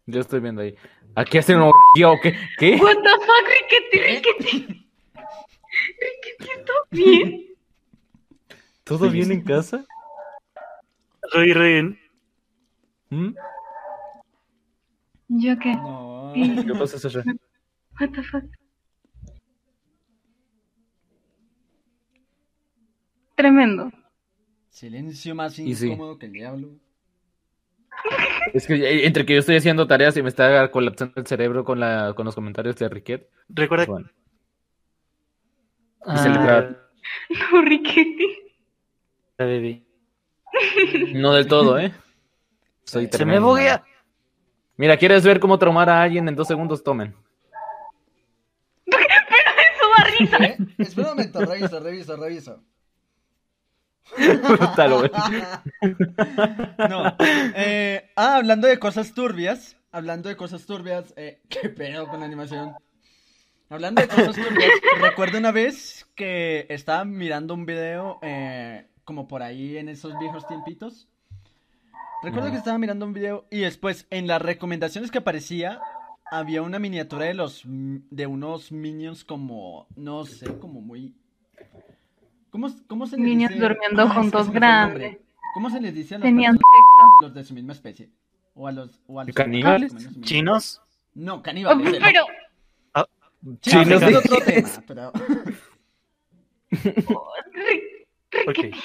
Yo estoy viendo ahí. ¿Aquí hacen una orgía o qué? ¿Qué?
what the fuck, Riquete, Riquete. Riquete, ¿todo bien?
¿Todo bien en casa?
Rey, rey.
¿Mm?
¿Yo qué?
No.
¿Qué pasa, Sasha?
What the fuck. Tremendo.
Silencio más
Y sí.
incómodo que el diablo.
Es que eh, entre que yo estoy haciendo tareas y me está colapsando el cerebro con, la, con los comentarios de Riquet. pues
Recuerda que...
Bueno.
Ah,
Y se le traba.
No, Riquete.
la bebí.
No del todo, ¿eh? Soy
Se
Se me
tremendo.
buguea.
Mira, ¿quieres ver cómo traumar a alguien en dos segundos? Tomen.
Eso da risa.
¿Eh? Espera un momento, reviso, reviso, reviso.
Brutal, güey.
No. eh, ah, hablando de cosas turbias. Hablando de cosas turbias. Eh, ¿Qué pedo con la animación? Hablando de cosas turbias. recuerdo una vez que estaba mirando un video eh, como por ahí en esos viejos tiempitos. Recuerdo
Ujú.
que estaba mirando un video y después en las recomendaciones que aparecía había una miniatura de los m- de unos minions como no sé, como muy ¿Cómo, cómo se les
Minions
dice? Ah,
durmiendo
es que
juntos
se me fue el nombre.
grandes.
¿Cómo se les dice a los
Tenían
personas- los de su misma especie? O a los o a los
¿Caníbales?
humanos mismos.
¿Chinos?
No,
Oh,
caníbales. era-
Pero,
chinos
Chinos
es
de-
otro tema, pero
Ri-
Ok.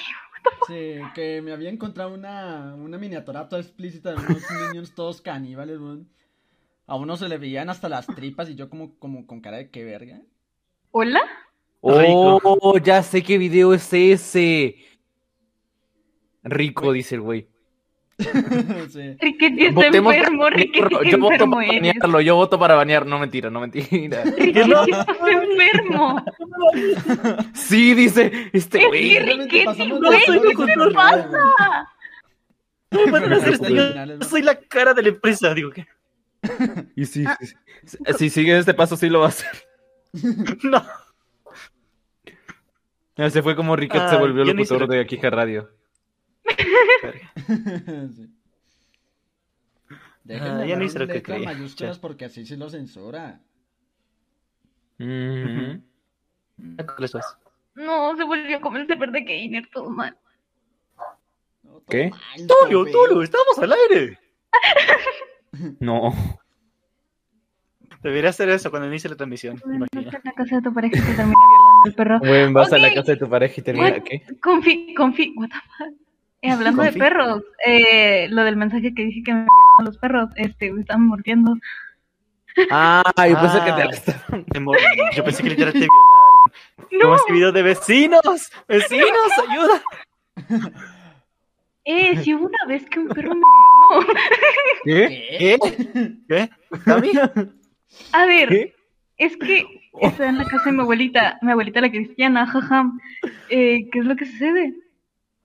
sí, que me había encontrado una una miniatura toda explícita de unos minions todos caníbales, weón. A uno se le veían hasta las tripas y yo como como con cara de que verga.
¿hola?
Oh, ya sé qué video es ese. Rico, dice el güey.
Sí.
Riquetti está
Votemos por
enfermo, Riquetti
banearlo,
qué
Yo voto
enfermo
para
eres.
banearlo, yo voto para banear. No, mentira, no, mentira.
Riquetti estás enfermo.
Sí, dice este
Es
güey.
que
realmente
Riquetti,
pasamos de
güey, ¿qué
los
te
ojos con tu madre, güey.
pasa?
¿Cómo pueden hacer esto? Yo
Originales, ¿no?
soy la cara de la empresa, digo que.
Y sí, sí, sí. Si sigue este paso, sí lo va a hacer.
No.
Ya Se fue como Riquet se
Ah,
volvió
yo no hice
locutor
lo-
de Akija Radio.
Sí. Déjenle
Ah, ya no
hablar
hice lo que
letra
quería.
mayúsculas porque así se lo censura.
Ujú.
¿Cuáles son?
No, se volvió a comer de verde que Iner todo mal.
No, todo
¿Qué?
mal, todo
Tulio,
feo.
Tulio, estamos al aire.
No.
Debería hacer eso cuando inicie la transmisión. Imagina.
en la casa de tu pareja que termina violando al perro.
Güey, vas a
Ok.
la casa de tu pareja y termina.
What?
¿Qué?
Confi, confi, what the fuck. Eh, hablando de
Confi.
perros, eh, lo del mensaje que dije que me violaban los perros, este, me estaban mordiendo.
Ah, yo pensé que te
Ah.
arrestaron.
Te mor- Yo pensé que literal te violaron.
No,
No, es que video de vecinos. Vecinos, ayuda.
eh, si hubo una vez que un perro me violó.
¿Qué?
¿Qué?
¿Qué? ¿Qué? ¿Tami?
A ver,
¿Qué?
es que estaba en la casa de mi abuelita, mi abuelita la cristiana, jaja. Eh, ¿Qué es lo que sucede?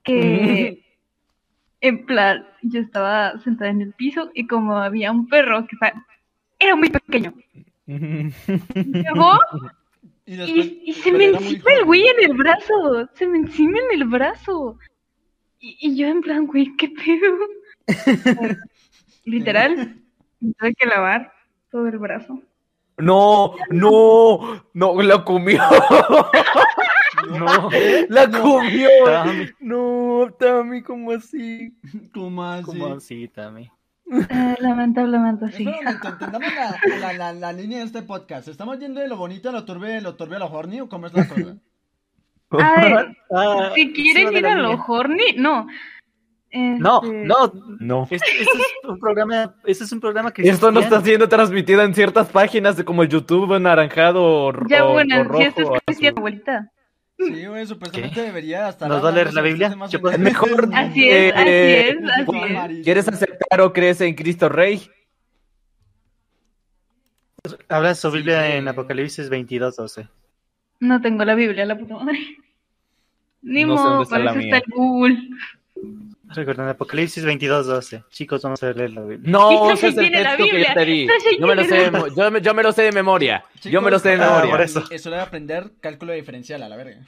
Que, en plan, yo estaba sentada en el piso y como había un perro que estaba- era muy pequeño, llegó
Y después-
Y, y se
pero
me
era muy
encima el
joven.
güey en el brazo. Se me encima en el brazo. Y, y yo en plan, güey, qué pedo. Literal, me tuve que lavar todo el brazo.
No, no, no, la comió.
No.
La comió.
Tami.
No, Tami, ¿cómo así?
¿Cómo así?
¿Cómo así, Tami?
Ah, lamentablemente
Espera
sí.
un momento, entendamos la, la- la- la línea de este podcast. ¿Estamos yendo de lo bonito a lo turbio, de lo turbio a lo horny o cómo es la cosa?
A ver,
Ah,
si
encima
quieren
de
ir
la
a lo
línea.
horny, no.
No,
Este,
no.
No.
Este, este es un programa, este es un programa que...
Esto no está
cristiano.
siendo transmitido en ciertas páginas de como YouTube anaranjado o, ro-
Ya
o- o
bueno, si esto es
rojo.
cristiano, abuelita.
Sí, güey, supuestamente debería estar.
¿Nos va a leer
hablando
la Biblia?
sobre
Yo
este
puedo-
tema en-
Mejor-
Así es, así
Eh,
es, así
Juan,
es.
¿Quieres aceptar o crees en Cristo Rey?
Habla su Biblia
Sí.
en Apocalipsis 22, 12.
No tengo la Biblia, la puta madre. Ni
No sé dónde
modo,
está
para
la
eso
mía.
está el Google.
Recordando Apocalipsis 22, 12. Chicos, vamos a leer la Biblia.
No,
Cristo
ese es el
Rey tiene la
texto que
Biblia.
te di.
Cristo Rey
Yo me lo sé,
tiene
de mo- yo me, yo me lo sé de memoria. yo
Chicos,
me lo sé de
ah,
memoria.
por eso.
Es hora de aprender cálculo diferencial a la verga.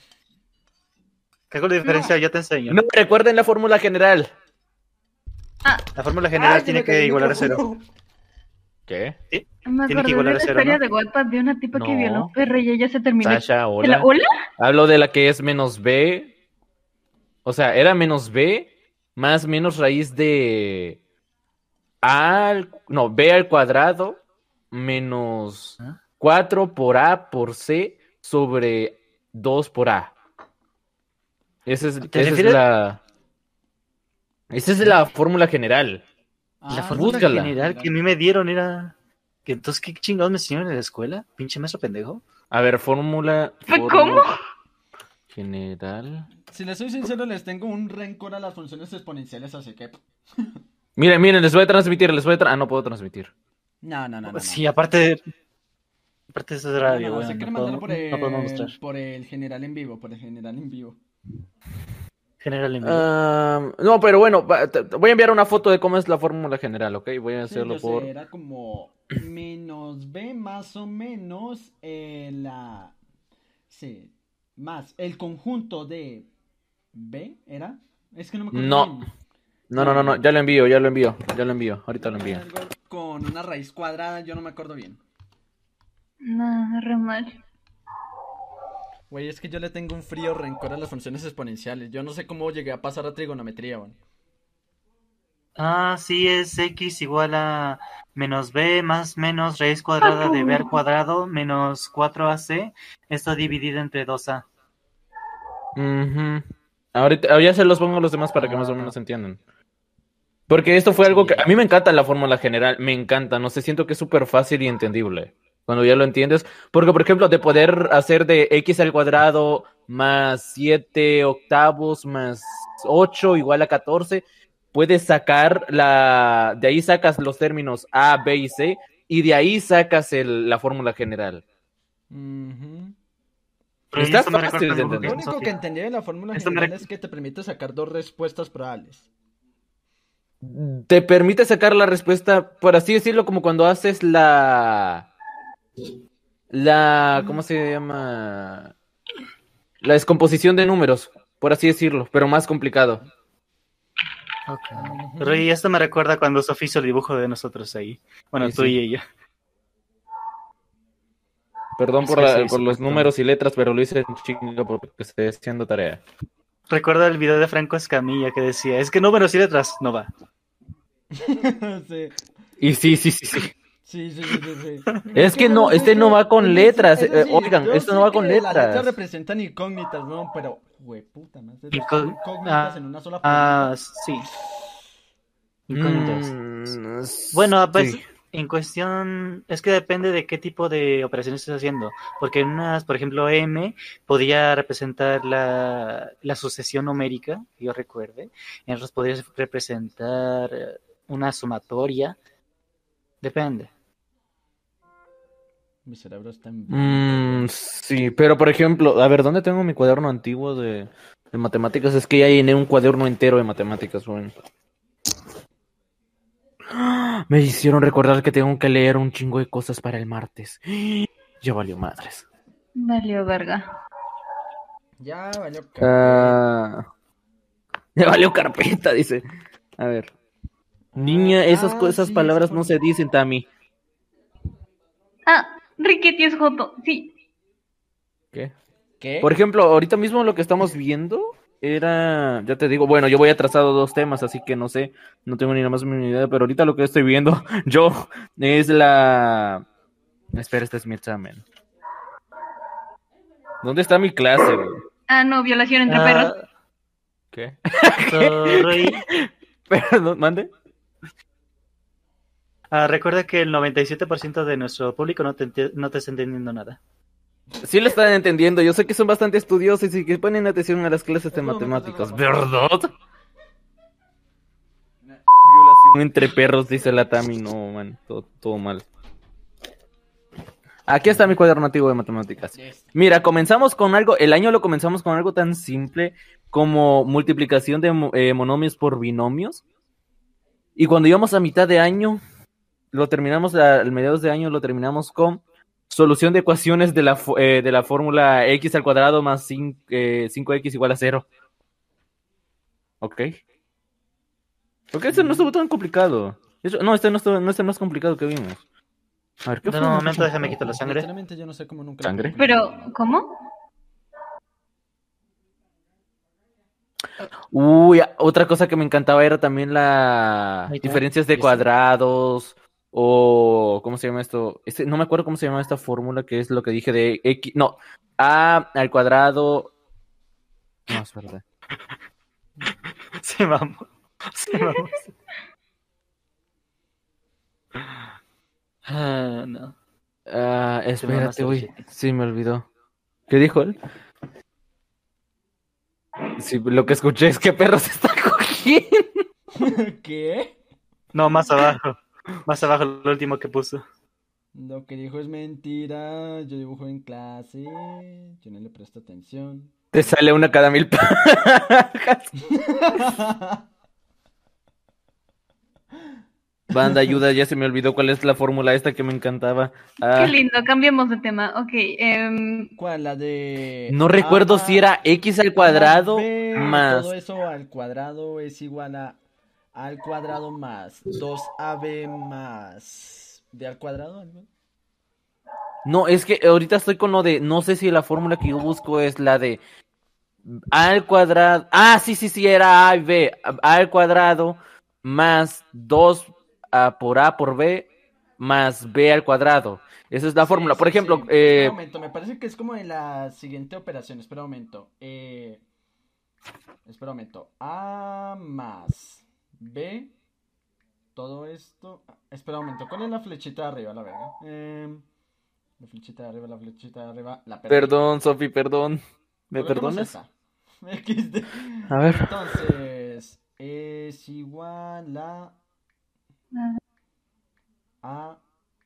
¿Qué hago la diferencia? Yo te enseño.
No recuerden la fórmula general.
La fórmula general
Ay, se
tiene
Ah, me cayó
que
el
igualar a cero.
micrófono.
¿Qué?
Me
Tiene que
acordé de
igualar
la
a cero, ¿no?
historia de Wattpad de una tipa que
No.
violó a un perro y ella se terminó.
Sasha,
¿De
hola.
la- ¿Hola?
Hablo de la que es menos B. O sea, era menos B más menos raíz de A al, no, B al cuadrado menos
¿Ah?
4 por A por C sobre 2 por A. Esa es, esa
¿Te
es
refieres-
la... Esa es la fórmula general.
La
Ah,
fórmula
búscala.
general que a mí me dieron era... que Entonces, ¿qué chingados me enseñaron en la escuela? Pinche maestro pendejo.
A ver, fórmula...
¿Cómo?
fórmula General.
Si les soy sincero, les tengo un rencor a las funciones exponenciales, así que.
Miren, miren, les voy a transmitir, les voy a... tra- ah, no puedo transmitir.
No, no, no. no, no.
Sí, aparte de... Aparte de eso es
No, no,
radio,
no,
bueno,
se quiere
no,
mandar
podemos,
por
no podemos mostrar.
el, por el general en vivo, por el general en vivo.
General en vivo.
Ah, no, pero bueno, va- te- te voy a enviar una foto de cómo es la fórmula general, ¿ok? Voy a
Sí,
hacerlo
yo sé,
por...
era como menos B más o menos eh, la... Sí, más el conjunto de B, ¿era? Es que no me acuerdo.
No.
bien.
No, no, no, no, ya lo envío, ya lo envío, ya lo envío, ahorita lo envío.
Algo con una raíz cuadrada, yo no me acuerdo bien.
No, re mal.
Güey, es que yo le tengo un frío rencor a las funciones exponenciales. Yo no sé cómo llegué a pasar a trigonometría, güey.
Ah, sí, es x igual a menos b más menos raíz cuadrada de b al cuadrado menos 4ac, esto dividido entre 2a.
Ujú. Ahorita, oh, ya se los pongo a los demás para que más o menos entiendan. Porque esto fue algo que... A mí me encanta la fórmula general, me encanta, no sé, siento que es súper fácil y entendible. Cuando ya lo entiendes. Porque, por ejemplo, de poder hacer de x al cuadrado más 7 octavos más 8 igual a 14, puedes sacar la... De ahí sacas los términos A, B y C y de ahí sacas el- la fórmula general.
Ujú.
Pero
Está
eso me
fácil
recuerda
de
un
Lo
poco
entender.
a
único que
Sofía.
entendí de la fórmula
Esto me
general
rec-
es que te permite sacar dos respuestas probables.
Te permite sacar la respuesta, por así decirlo, como cuando haces la... La... ¿Cómo se llama? La descomposición de números, por así decirlo, pero más complicado.
Ok.
Ah.
Ujú.
Pero y esto me recuerda cuando Sofía hizo el dibujo de nosotros ahí. Bueno,
Sí,
tú
sí.
y ella.
Perdón
Es
por,
que
la-
sí,
por
sí,
los
perdón.
números y letras, pero lo hice en chinga porque estoy haciendo tarea.
Recuerdo el video de Franco Escamilla que decía, es que números y letras no va.
sí.
Y sí, sí, sí, sí.
Sí, sí, sí, sí, sí.
Es que no, este no va con
Es decir-
letras,
es
eh,
decir,
oigan,
yo
esto no
sé
va con
que Las letras
letras.
representan incógnitas, ¿no? Pero, puta más de dos
Incó-
incógnitas
ah,
en una sola
Ah, sí. Incógnitas.
Mm,
Bueno, pues
sí.
en cuestión es que depende de qué tipo de operaciones estés haciendo, porque en unas, por ejemplo, M podría representar la, la sucesión numérica, que yo recuerde, en otras podría representar eh, una sumatoria, depende.
Mi cerebro está en...
Mm, sí, pero por ejemplo, a ver, ¿dónde tengo mi cuaderno antiguo de, de matemáticas? Es que ya llené un cuaderno entero de matemáticas, güey. ¡Ah! Me hicieron recordar que tengo que leer un chingo de cosas para el martes. Ya valió madres.
Valió verga.
Ya, valió. cabrón.
Ah, ya valió carpeta, dice. A ver. Niña, esas,
Ah,
co- esas
sí,
palabras
eso
no se dicen, Tami.
Ah, Riquetti es Joto. Sí.
¿Qué?
¿Qué?
Por ejemplo, ahorita mismo lo que estamos viendo era, ya te digo, bueno, yo voy atrasado dos temas, así que no sé, no tengo ni la más mínima idea, pero ahorita lo que estoy viendo yo es la... Espera, este es mi examen. ¿Dónde está mi clase? güey?
Ah, no, violación entre perros.
Ah,
¿Qué?
sorry.
Perdón, mande.
Ah, recuerda que el 97% de nuestro público no te, enti- no te está entendiendo nada.
Sí lo están entendiendo, yo sé que son bastante estudiosos y que ponen atención a las clases de
Es lo mejor de
matemáticas,
lo
¿verdad?
mejor.
Violación entre perros, dice la Tami, no, man, todo, todo mal. Aquí está mi cuaderno antiguo de matemáticas.
Yes.
Mira, comenzamos con algo, el año lo comenzamos con algo tan simple como multiplicación de mo- eh, monomios por binomios. Y cuando íbamos a mitad de año, lo terminamos, a, a mediados de año lo terminamos con solución de ecuaciones de la, fo- eh, de la fórmula x al cuadrado más 5, x igual a 0. Ok. Porque este no estuvo tan complicado. Eso- no, este no, estuvo- no, este no es complicado que vimos. A ver, ¿qué
De
fue?
momento déjame quitar la sangre.
Sinceramente, yo no sé cómo nunca...
¿Sangre?
Pero, ¿cómo?
Uy, a- otra cosa que me encantaba era también la
Ahí está.
diferencias de
Listo.
cuadrados o ¿cómo se llama esto? Este, no me acuerdo cómo se llama esta fórmula que es lo que dije de x, no, a al cuadrado. No, es verdad.
Se vamos. Se vamos. Ah, no.
Ah, espérate,
mamaste,
uy,
Richie.
sí me olvidó. ¿Qué dijo él? Sí, lo que escuché es que perro se está cogiendo.
¿Qué?
No, más abajo. Más abajo, lo último que puso.
Lo que dijo es mentira. Yo dibujo en clase. Yo no le presto atención.
Te sale una cada mil pajas. Banda, ayuda, ya se me olvidó cuál es la fórmula esta que me encantaba. Ah.
Qué lindo, cambiemos de tema. Ok, em,
¿Cuál? La de.
No recuerdo
A
si era x al
más
cuadrado
B,
más.
Todo eso al cuadrado es igual a. Al cuadrado más 2ab más. B al cuadrado, algo.
No, es que ahorita estoy con lo de. No sé si la fórmula que yo busco es la de. Al cuadrado. Ah, sí, sí, sí, era A y B. A al cuadrado más 2 A por A por B más B al cuadrado. Esa es la
Sí,
fórmula. Por
sí,
ejemplo,
sí.
eh,
Espera un momento, me parece que es como en la siguiente operación. Espera un momento. Eh, espera un momento. A más B. Todo esto. Espera un momento. ¿Cuál es la flechita de arriba, la verga? Eh, La flechita de arriba, la flechita de arriba, la perdí.
Perdón, Sofi, perdón. ¿Me
Volvemos
perdonas?
a esta. XD.
A ver.
Entonces, es igual a. A.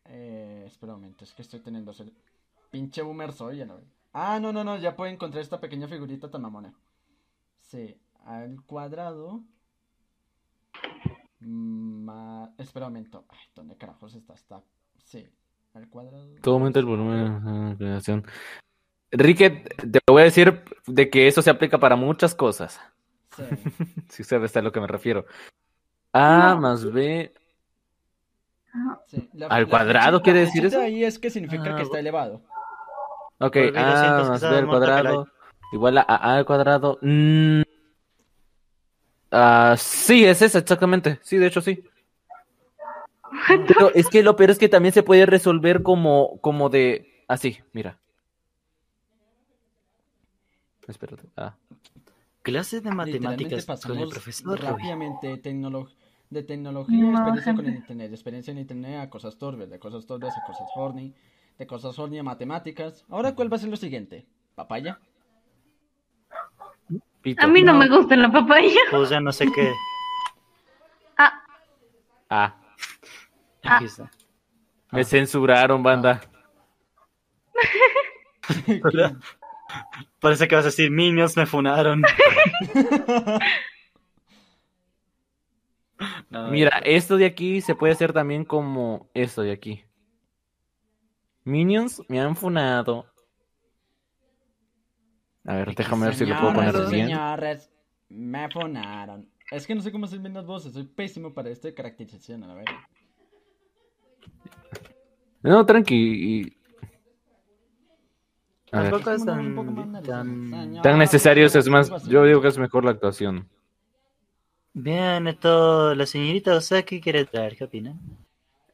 Eh, espera un momento, es que estoy teniendo. cel- Pinche boomer soy, ya no. Ah, no, no, no, ya puedo encontrar esta pequeña figurita tan mamona. Sí, al cuadrado. Mm, Ma... Espera un momento. Ay, ¿dónde carajos está? Está. Sí, al cuadrado.
Tú aumenta el volumen de la creación. Ricket, te voy a decir de que eso se aplica para muchas cosas.
Sí.
Si sabes a lo que me refiero. A
No.
más B.
sí. La-
¿Al
la
cuadrado
flechita-
quiere
la
decir
flechita
eso?
ahí es que significa
Ah,
que está
bu-
elevado.
Ok,
Por el video
A
siento que
más
estaba
B al
muerto pelado.
cuadrado. Igual a A al cuadrado. Mm. Ah, sí, es esa, exactamente. Sí, de hecho, sí. Pero es que lo peor es que también se puede resolver como, como de. Así, mira. Espérate. Ah.
Clase de
Literalmente
matemáticas con el
pasamos
profesor Rubí.
rápidamente de, tecnolo- de tecnología,
No,
experiencia con el
gente.
internet, de experiencia en internet a cosas turbias, de cosas turbias a cosas horny, de cosas horny a matemáticas. Ahora, ¿cuál va a ser lo siguiente? ¿Papaya?
Pito.
A mí no me gusta la papaya.
Pues ya no sé qué.
Ah,
Ah,
Aquí está.
me censuraron, banda.
Parece que vas a decir, niños me funaron. No,
Mira, esto de aquí se puede hacer también como esto de aquí. Minions me han funado. A ver, déjame ver si lo puedo
Señoras
poner
y
bien.
Señores, me fonaron. Es que no sé cómo hacer bien las voces, soy pésimo para esta caracterización, a la verdad.
No, tranqui. y- A ver,
Tampoco es
Como un
tan,
poco más
tan-
analizado.
tan necesarios, es más, yo digo que es mejor la actuación.
Bien, esto, la señorita Osaki quiere traer, ¿qué opina?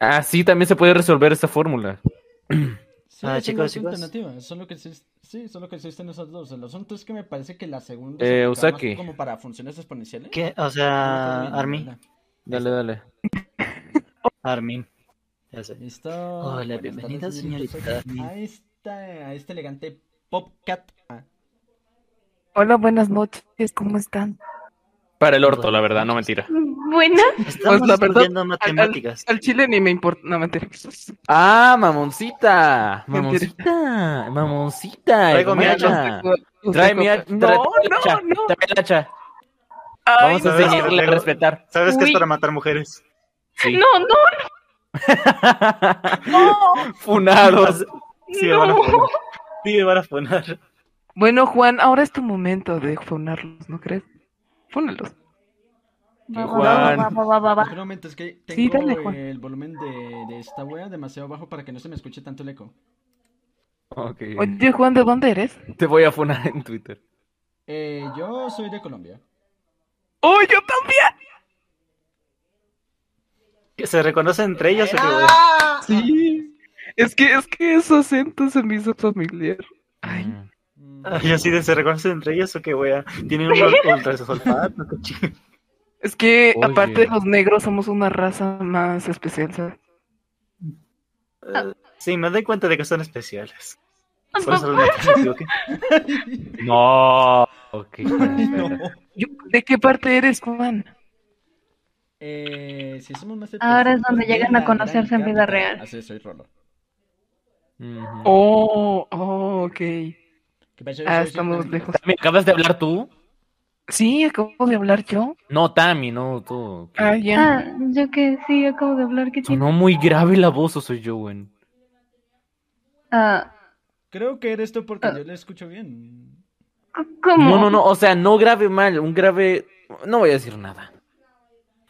Así Ah, también se puede resolver esta fórmula.
Sí, esa
Ah,
es
chicos,
la otra
chicos.
alternativa, eso es lo que existe, sí, eso es lo que existen esas dos. El asunto es que me parece que la segunda
Eh,
aplicaba más
Usaki.
como para funciones exponenciales.
¿Qué? O
Ah,
sea,
está bien,
Armin.
mira.
Dale, dale.
Armin. Ya sé.
Listo.
Hola,
Buenas
bienvenida,
tardes,
señorita
Usaki.
Armin.
A esta, a este elegante popcat. Ah,
Hola, buenas noches, ¿cómo están?
Para el orto, la verdad, no mentira.
buena.
Estamos
Pues la verdad,
estudiando matemáticas.
Al chile ni me importa. No, mentira.
Ah, mamoncita, mamoncita, mamoncita.
Traigo mi
hermana.
No, no,
Trae mi hacha.
No, no, no.
Trae el hacha.
Ay,
Vamos a
no.
enseñarle a respetar.
¿Sabes que es
Uy.
para matar mujeres?
Sí.
No, no, no.
Funados.
Sí, me van a
No.
funar. Sí, me van a funar.
Bueno, Juan, ahora es tu momento de funarlos, ¿no crees? Fúnalos.
Va, va,
Juan.
va, va, va, va, va.
espera un momento, es que
Sí,
tengo
dale, Juan.
el volumen de, de esta wea demasiado bajo para que no se me escuche tanto el eco.
Ok.
Oye, Juan, ¿de dónde eres?
Te voy a funar en Twitter.
Eh, yo soy de Colombia.
¡Oh, yo también!
¿Que ¿Se reconocen entre ellos o qué, güey?
Ah.
Sí. Es que, es que ese acento se me hizo familiar. Ay.
Mm.
Mm,
Ah, Yo sí, de- ¿se reconocen entre ellos o qué, wea? Tienen un ultrasolfato. qué chingada.
Es que,
Oye.
aparte de los negros, somos una raza más especial, ¿sabes?
Sí, me doy cuenta de que son especiales. Por eso
Papá,
los maté, me equivoqué.
No. Ok.
no.
Yo- ¿De qué parte eres, Juan?
Mm.
Eh, si somos más de
Ahora es donde
300
llegan
de
a
la
conocerse
gran
en vida
capital.
real.
Así es, soy Rolo.
Ujú.
Oh, oh, ok.
¿Qué pasa? Yo
Ah,
soy-
estamos lejos.
¿Me acabas de hablar tú?
Sí, acabo de hablar yo.
No, Tami, no, tú.
Ah, ya.
Ah, yo que sí, acabo de hablar que tiene.
Sonó muy grave la voz, o soy yo, güey.
Ah,
Creo que eres tú
Ah.
porque yo le escucho bien.
c- ¿cómo?
No, no, no, o sea, no grave mal, un grave. No voy a decir nada.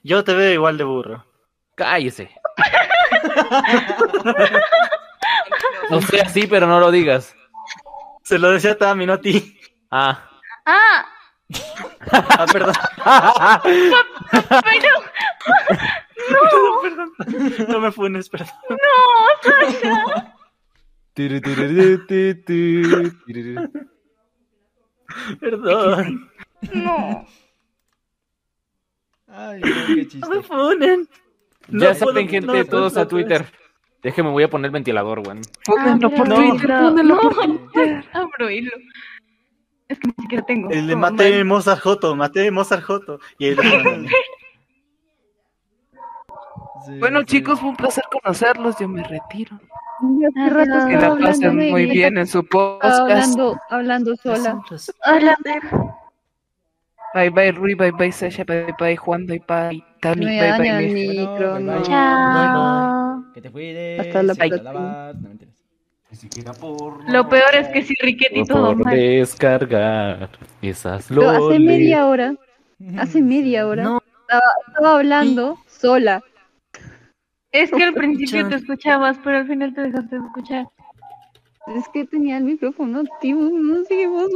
Yo te veo igual de burro.
Cállese. O sea, sí, pero no lo digas.
Se lo decía a Tami, no a ti.
Ah.
Ah,
Ah, perdón.
pero
Perdón, No me funes, perdón.
Turu, turu, turu, turu, turu, turu.
Perdón.
no.
Ay, no, qué chiste.
No me funen.
Ya
No puedo,
saben, gente,
no,
todos
no
a Twitter. Déjeme, voy a poner el ventilador, weón.
Pónganlo por
Ah, no.
Twitter, pónganlo por Twitter.
Abro hilo. Es que ni siquiera tengo.
El de
Oh,
mate
man.
Mozart Joto, mate Mozart Joto. Y ahí lo ponen.
Sí,
Bueno,
sí.
chicos, fue un placer conocerlos. Yo me retiro.
Dios, qué rato
Ah,
Que
estaba
la
hablando
pasen
de
muy
viejas,
bien en su podcast.
Hablando, hablando sola.
Hola,
Bye bye, Rui. Bye bye, Sasha. Bye bye, Juan. Bye bye, Tami.
No me
Bye
daña
bye,
el
Mej.
micro,
Bueno,
no.
bye,
chao.
Que te cuides.
Hasta la
siempre
próxima.
lavar- No, mentiras.
Ni siquiera por.
Lo peor es que sí, Riquet y todo
Por
mal.
descargar esas
Pero hace
loles.
media hora, hace media hora, estaba, estaba hablando sola.
Es que al principio te escuchabas, pero al final te dejaste de escuchar.
Es que tenía el micrófono activo, no sé qué pasó.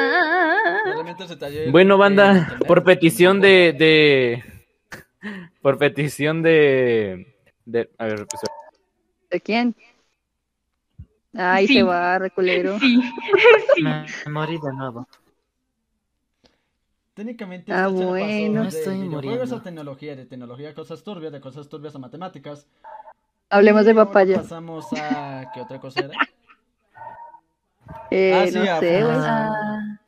Ah.
Lamento el detalle
Bueno,
de
banda,
internet.
por petición de. de... eh, Por petición de. de... A ver, pues,
¿De quién? Ay,
Sí.
se va, reculero.
Sí, sí.
Me morí de nuevo.
Técnicamente
Ah,
esto se lo pasó
bueno.
de
Estoy
videojuegos
muriendo.
a tecnología, de tecnología a cosas turbias, de cosas turbias a matemáticas.
Hablemos de
Y ahora
papaya.
Pasamos a qué otra cosa era? Ah,
Eh,
sí,
no
a-
sé, güey.
Ah.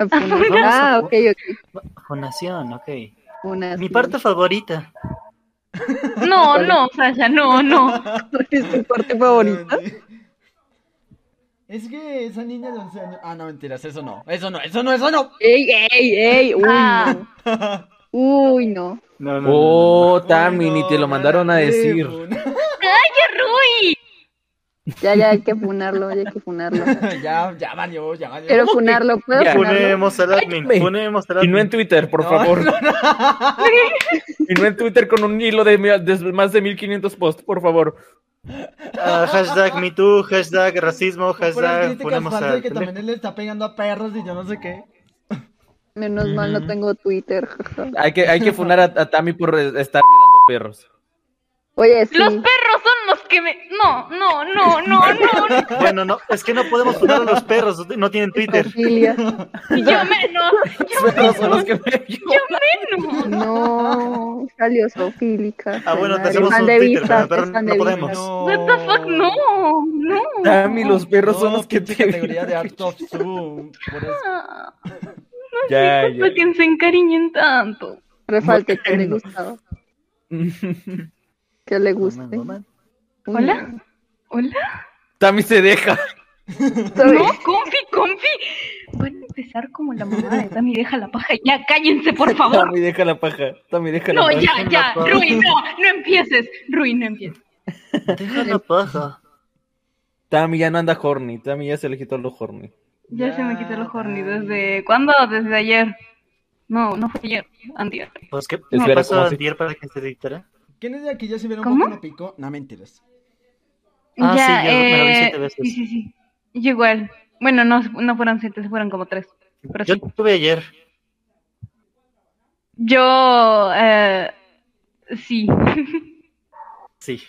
Ah, ok, ok.
Fonación, ok.
Una
Mi
sí.
parte favorita.
No, no, Sasha, no, no.
¿Cuál es tu parte favorita?
eh, Es que esa niña de 11 años. Ah, no, mentiras, eso no. Eso no, eso no, eso no.
¡Ey, ey, ey! ¡Uy,
Ah.
no! ¡Uy, no!
No,
Oh, Tami,
Uy, no,
ni te lo mandaron a
nada,
decir.
Run.
Rui!
Ya, ya hay que funarlo, ya hay que funarlo.
ya, ya valió, ya valió.
Quiero funarlo, ¿puedo
Ya.
funarlo?
Ponemos al admin,
Cállate.
ponemos al
Y no
admin.
en Twitter, por
No,
favor.
no,
Y no en Twitter con un hilo de, mil- de más de 1500 posts, por favor.
Ah, hashtag MeToo, hashtag racismo,
Puras
hashtag
críticas
ponemos
falsas de
al
que
pendejo.
también él le está pegando a perros y yo no sé qué.
Menos mal no
Ujú.
tengo Twitter. jaja.
Hay que, hay que funar a, a Tami por eh, estar violando perros.
Oye, sí.
Los perros son los que me. No, no, no, no, no. no.
Bueno, no, es que no podemos poner a los perros, no tienen Twitter.
Familia.
Yo menos. Yo
Los perros son los
menos.
que me violan.
Yo menos.
No, salió zoofílica.
Ah, bueno, te
Madre,
hacemos
fan
un
de
Twitter,
vistas,
pero
fan
no
de
podemos.
vistas.
What the fuck, no, no.
Tami, los perros
No,
son los que
pinche
te
categoría de
violan.
Art of Zoom. puras-
Ah,
Ya, ya.
Para que se encariñen tanto.
Refalte que le gustaba. Que le guste. Uy,
¿Hola?
no.
Hola.
Tami se deja.
Soy-
No, confi, confi. Van a empezar como la mamá de Tami, deja la paja. Ya, cállense, por favor.
Tami, deja la paja. Tami, deja la
No,
paja.
ya, ya. Rui, no, no empieces. Rui, no empieces.
Deja la paja.
Tami ya no anda horny. Tami ya se le quitó lo horny.
Ya, se me quitó el
Ya,
horny.
Tami.
¿Desde cuándo? Desde ayer. No, no fue ayer. Antier.
Pues qué
Espera,
¿qué pasó
¿cómo se-
ayer para que se dictara.
¿Quién es de aquí ya se vieron un
¿Cómo?
poco no pico? No, mentiras.
Ah,
ya,
sí, yo me lo vi
eh,
siete veces.
Sí, sí, sí. Yo igual. Bueno, no, no fueron siete, fueron como tres. Pero
Yo
sí.
tuve ayer.
Yo, eh, sí,
Sí.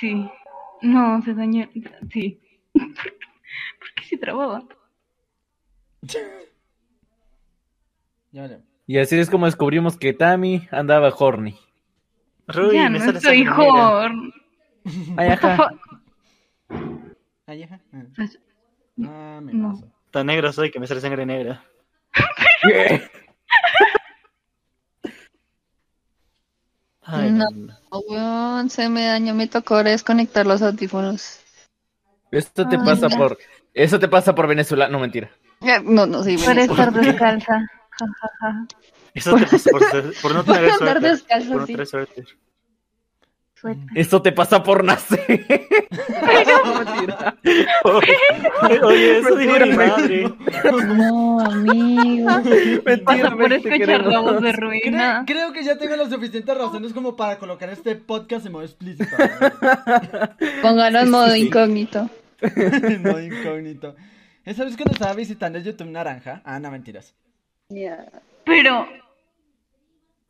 sí. No, se dañó. Sí. ¿Por qué se trababa?
Ya valió.
Y así es como descubrimos que Tami andaba horny.
Rui,
ya no
me sale
estoy
sangre, mira.
horn.
Ay,
What the
ajá.
fuck?
Ay, ajá. Ah.
Sasha.
Ah, me
Pues, No.
pasa.
Tan negro soy que me sale sangre negra. Ay,
No.
no.
Oh, weón, se me dañó, me tocó desconectar los audífonos.
Esto te
Ay,
pasa
ya.
por. Eso te pasa por Venezuela. No, mentira.
Eh, No, no, sí,
Por
bueno.
estar descalza. Ja, ja, ja.
Eso te pasa por, ser- por no tener
Por andar
suerte.
descalzo,
por no
sí.
tener suerte.
Mm.
Suelta.
Esto te pasa por nacer. No, mentira.
Oye,
pues,
eso dijo mi
Mentira,
madre.
No, amigo.
Mentira,
Pasa por
mente,
escuchar la
queremos.
voz de
Cre-
ruina.
creo que ya tengo las suficientes razones como para colocar este podcast en modo explícito.
Póngalo en modo
sí, sí.
incógnito.
En modo incógnito. Esa vez que nos estaba visitando el YouTube Naranja. Ah, no, mentiras.
Ya.
Pero,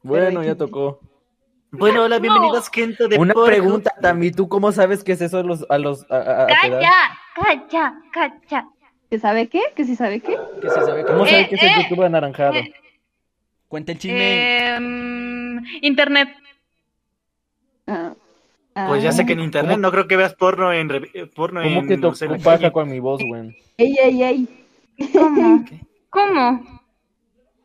Bueno, ya tocó.
Bueno, hola, bienvenidos, gente de
Una
Pornhub.
pregunta, Tami. ¿Tú cómo sabes que es eso a los. A los a-
Ah,
a- a tu edad?
calla, calla, calla.
¿Que sabe qué? ¿Que sí sabe qué?
Que se sabe
¿Cómo
cómo.
sabes que es el
eh,
YouTube anaranjado?
eh.
Cuenta el chisme.
Em, Eh, mm, internet.
Ah.
Pues ya sé que en internet
¿Cómo?
no creo que veas porno en...
eh,
re- porno
¿Cómo
en,
que te
Eh, no sé, la
ocupas
calle.
con mi voz, güey?
Ey, ey, ey.
¿Cómo? ¿Cómo?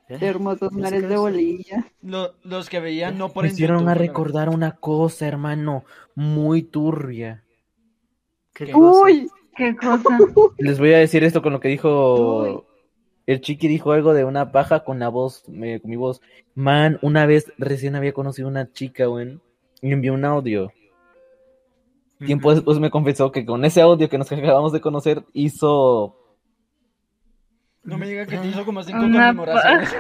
¿Eh?
Hermosos
Ya sé
mares
que
de
ves-
bolilla.
Lo- los que veían no por
Me hicieron a
YouTube,
recordar una cosa, hermano, muy turbia.
¿Qué cosa?
Uy,
¿Qué cosa?
Les voy a decir esto con lo que dijo. El chiqui dijo algo de una paja con la voz, me- con mi voz. Man, una vez recién había conocido una chica, güey, y envió un audio. Tiempo después me confesó que con ese audio que nos acabamos de conocer hizo.
No me diga que
Ah.
te hizo como cinco
Una
conmemoraciones.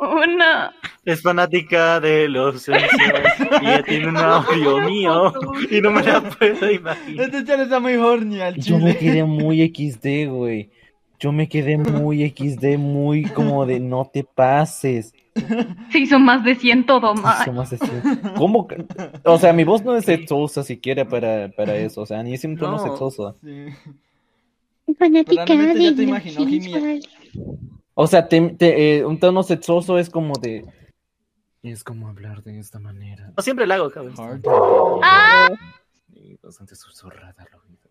Una.
Es fanática de los Simpsons y ya tiene un audio mío y no me la puedo imaginar.
Este chale está muy horny al
Y Yo me
chile.
quedé muy XD, güey. Yo me quedé muy XD, muy como de no te pases.
Se hizo más de 100 todo más.
Hizo más así. ¿Cómo? que- O sea, mi voz no es sexosa siquiera para, para eso. O sea, ni es un tono
No.
sexoso.
Sí.
Fanática
Probablemente ya
de
te imaginó
los
Jimmy.
Simpsons.
O sea, te- te- eh, un tono sexoso es como de.
Es como hablar de esta manera.
No siempre la hago, cabrón.
Hard.
Y
Ah.
bastante susurrada al oído.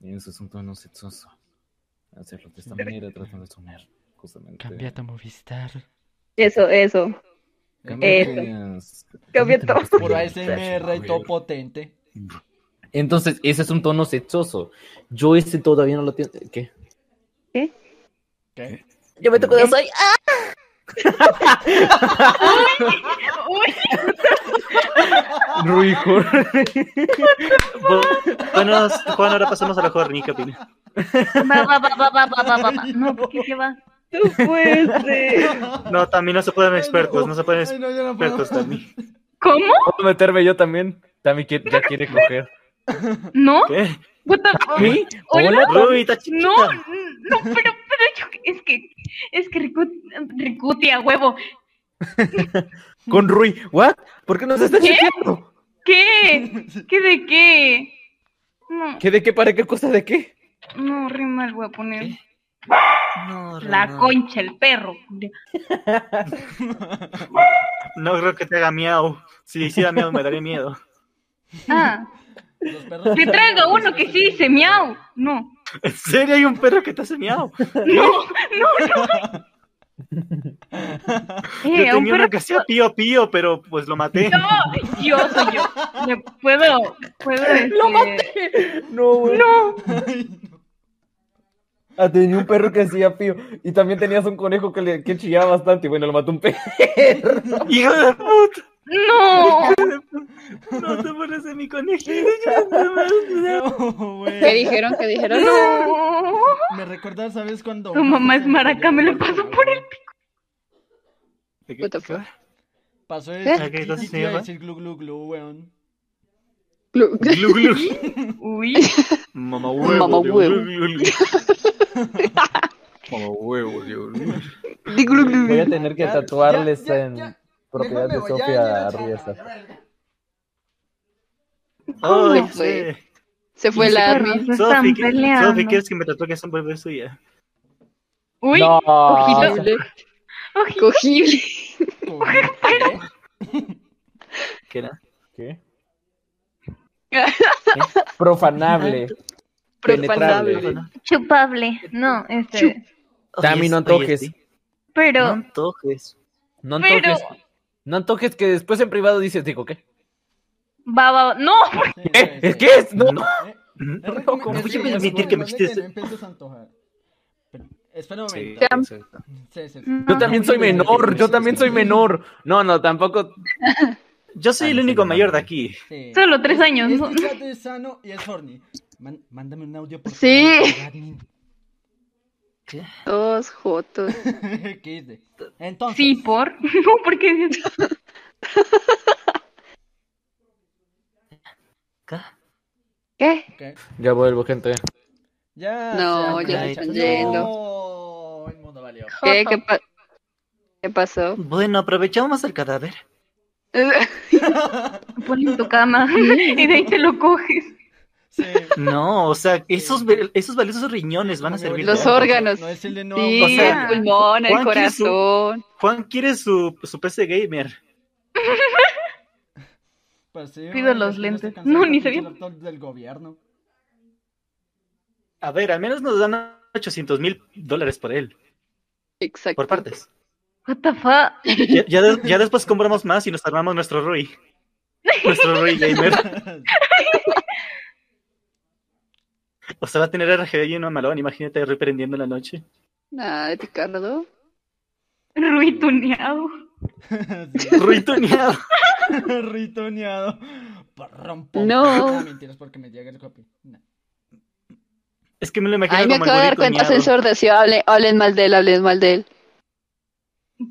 Y eso es un tono sexoso. Hacerlo de esta manera, tratando de sonar justamente.
Cambia tu Movistar.
eso, eso.
Eh.
Cambias-
Cambia
cámbiate
todo.
los
Eh, Por
videos,
ASMR y todo potente.
Entonces, ese es un tono sexoso. Yo ese todavía no lo tengo. ¿Qué?
¿Qué?
Yo me toco de soy.
¡ah!
Uy,
Ruijor.
Bu- Bueno, Juan, ahora pasamos a la horny, ¿qué opinas?
va, va, va, va, va, va, va, va. No, ¿qué, qué va?
No puede ser.
No, también no se pueden expertos, no se pueden
Ay, no, yo no puedo.
expertos también.
¿Cómo?
Puedo meterme yo también. También quiere- ya quiere coger.
¿No?
¿Qué?
What the-
¿Sí?
Hola.
Uy, está chiquita.
No, no, pero, pero yo, es que, es que Ricuti, Ricuti a huevo.
Con Rui. ¿What? ¿Por qué nos estás
¿Qué?
diciendo?
¿Qué? ¿Qué de qué? No,
¿Qué de qué? ¿Para qué cosa de qué?
no, re mal voy a poner.
No,
La
Renan,
concha, el perro.
No creo que te haga miau. Si hiciera miau me daría miedo.
Ah,
Los perros-
te traigo uno que sí dice miau. No,
¿En serio hay un perro que te hace miau?
no, no, no.
Yo
Eh,
tenía
a un
uno
perro
que hacía pío pío, pero pues lo maté.
No, yo soy yo. Le puedo, puedo este, decir. Lo maté.
No, güey.
No,
Ah, tenía un perro que hacía pío. Y también tenías un conejo que, le, que chillaba bastante. Y bueno, lo mató un perro.
¡Hijo de puta!
no.
No te pones en mi conejo.
No, güey.
¿Qué dijeron? ¿Qué dijeron?
No.
Me recuerda, ¿sabes cuando?
Tu mamá es maraca, me lo pasó por el
What the fuck?
Pasó el.
¿Qué? ¿Qué cosa se
iba a
llama?
decir glu glu glu, weón.
Glu- glu-
Glu, glu.
Uy,
Mamá
Mamá
huevo. de
huevo.
glu, glu. Mamá huevo. de glu.
di glu- glu-
Voy a
glu.
tener que
Ya,
tatuarles
ya, ya,
en
ya.
propiedad de
Mejor me voy, ya,
Sofía
ya, ya,
Arriesa.
ya, ya, ya.
Ay,
fue?
sí.
Se fue la
perros
arma.
se
Sofi,
están
¿qué-
peleando.
Sofi, ¿quieres que me tatuajes un bebé suya?
Uy,
No.
ojito.
Cogible.
ojito.
Cogible.
Cogible.
¿Qué era?
¿Qué? Profanable.
Profanable.
Penetrable.
Chupable. No, este.
Tami, no antojes.
No
Pero,
antojes.
No
Pero-
antojes. No antojes que después en privado dices, digo, ¿qué?
va, va, va. No,
Sí,
¿Qué?
sí,
¿Es
sí.
qué es? No.
No.
Eh,
Mm.
es
¿cómo voy a
recomendación,
permitir que me
recomendable
estés-
no empieces a antojar. Pero- Espera un
Sí,
momento.
exacto.
Sí, sí, sí.
No.
Yo también soy menor, yo también soy menor. No, no, tampoco.
Yo soy el único mayor de aquí.
Sí.
solo tres años. ¿no?
Este chat es sano y es horny. Man- mándame un audio por
Sí.
favor, admin.
Todos jotos.
¿Qué hice? Entonces,
Sí, por. No, porque.
¿Qué?
ok,
Ya vuelvo, gente.
ya.
No,
se acabó
ya se
el
están
chat.
yendo.
No, el mundo valió.
Oh.
¿Qué, qué, pa- ¿Qué pasó?
Bueno, aprovechamos el cadáver.
Ponle en tu cama y de ahí te lo coges.
Sí.
No, o sea, esos, ve- esos valiosos riñones van a
Como mi
servir.
abuelita,
Los
para-
órganos.
No es el de no.
Sí,
o sea,
el pulmón, el
Juan quiere su-
corazón.
Juan quiere su, su PC gamer.
Pues sí,
Pido
güey,
los
ya tienes
lentes.
que cancelar
No, ni
tu
sabía.
pinche laptop del gobierno.
A ver, al menos nos dan 800 mil dólares por él.
Exacto.
Por partes.
What the fuck?
Ya, ya de- ya después compramos más y nos armamos nuestro Rui. Nuestro Rui gamer. O sea, va a tener RGB y uno malón. Imagínate a Rui prendiendo en la noche.
Nada de Ricardo.
Ruituneado.
Rui tuneado.
Ritoneado. Parrón, pom,
No.
pom. mentiras porque me llega el copy. No.
Es que me lo imagino
Ay, me
como el
acabo de dar
Rui
cuenta,
tuneado.
ascensor decía, hablen, hablen mal de él, hablen mal de él.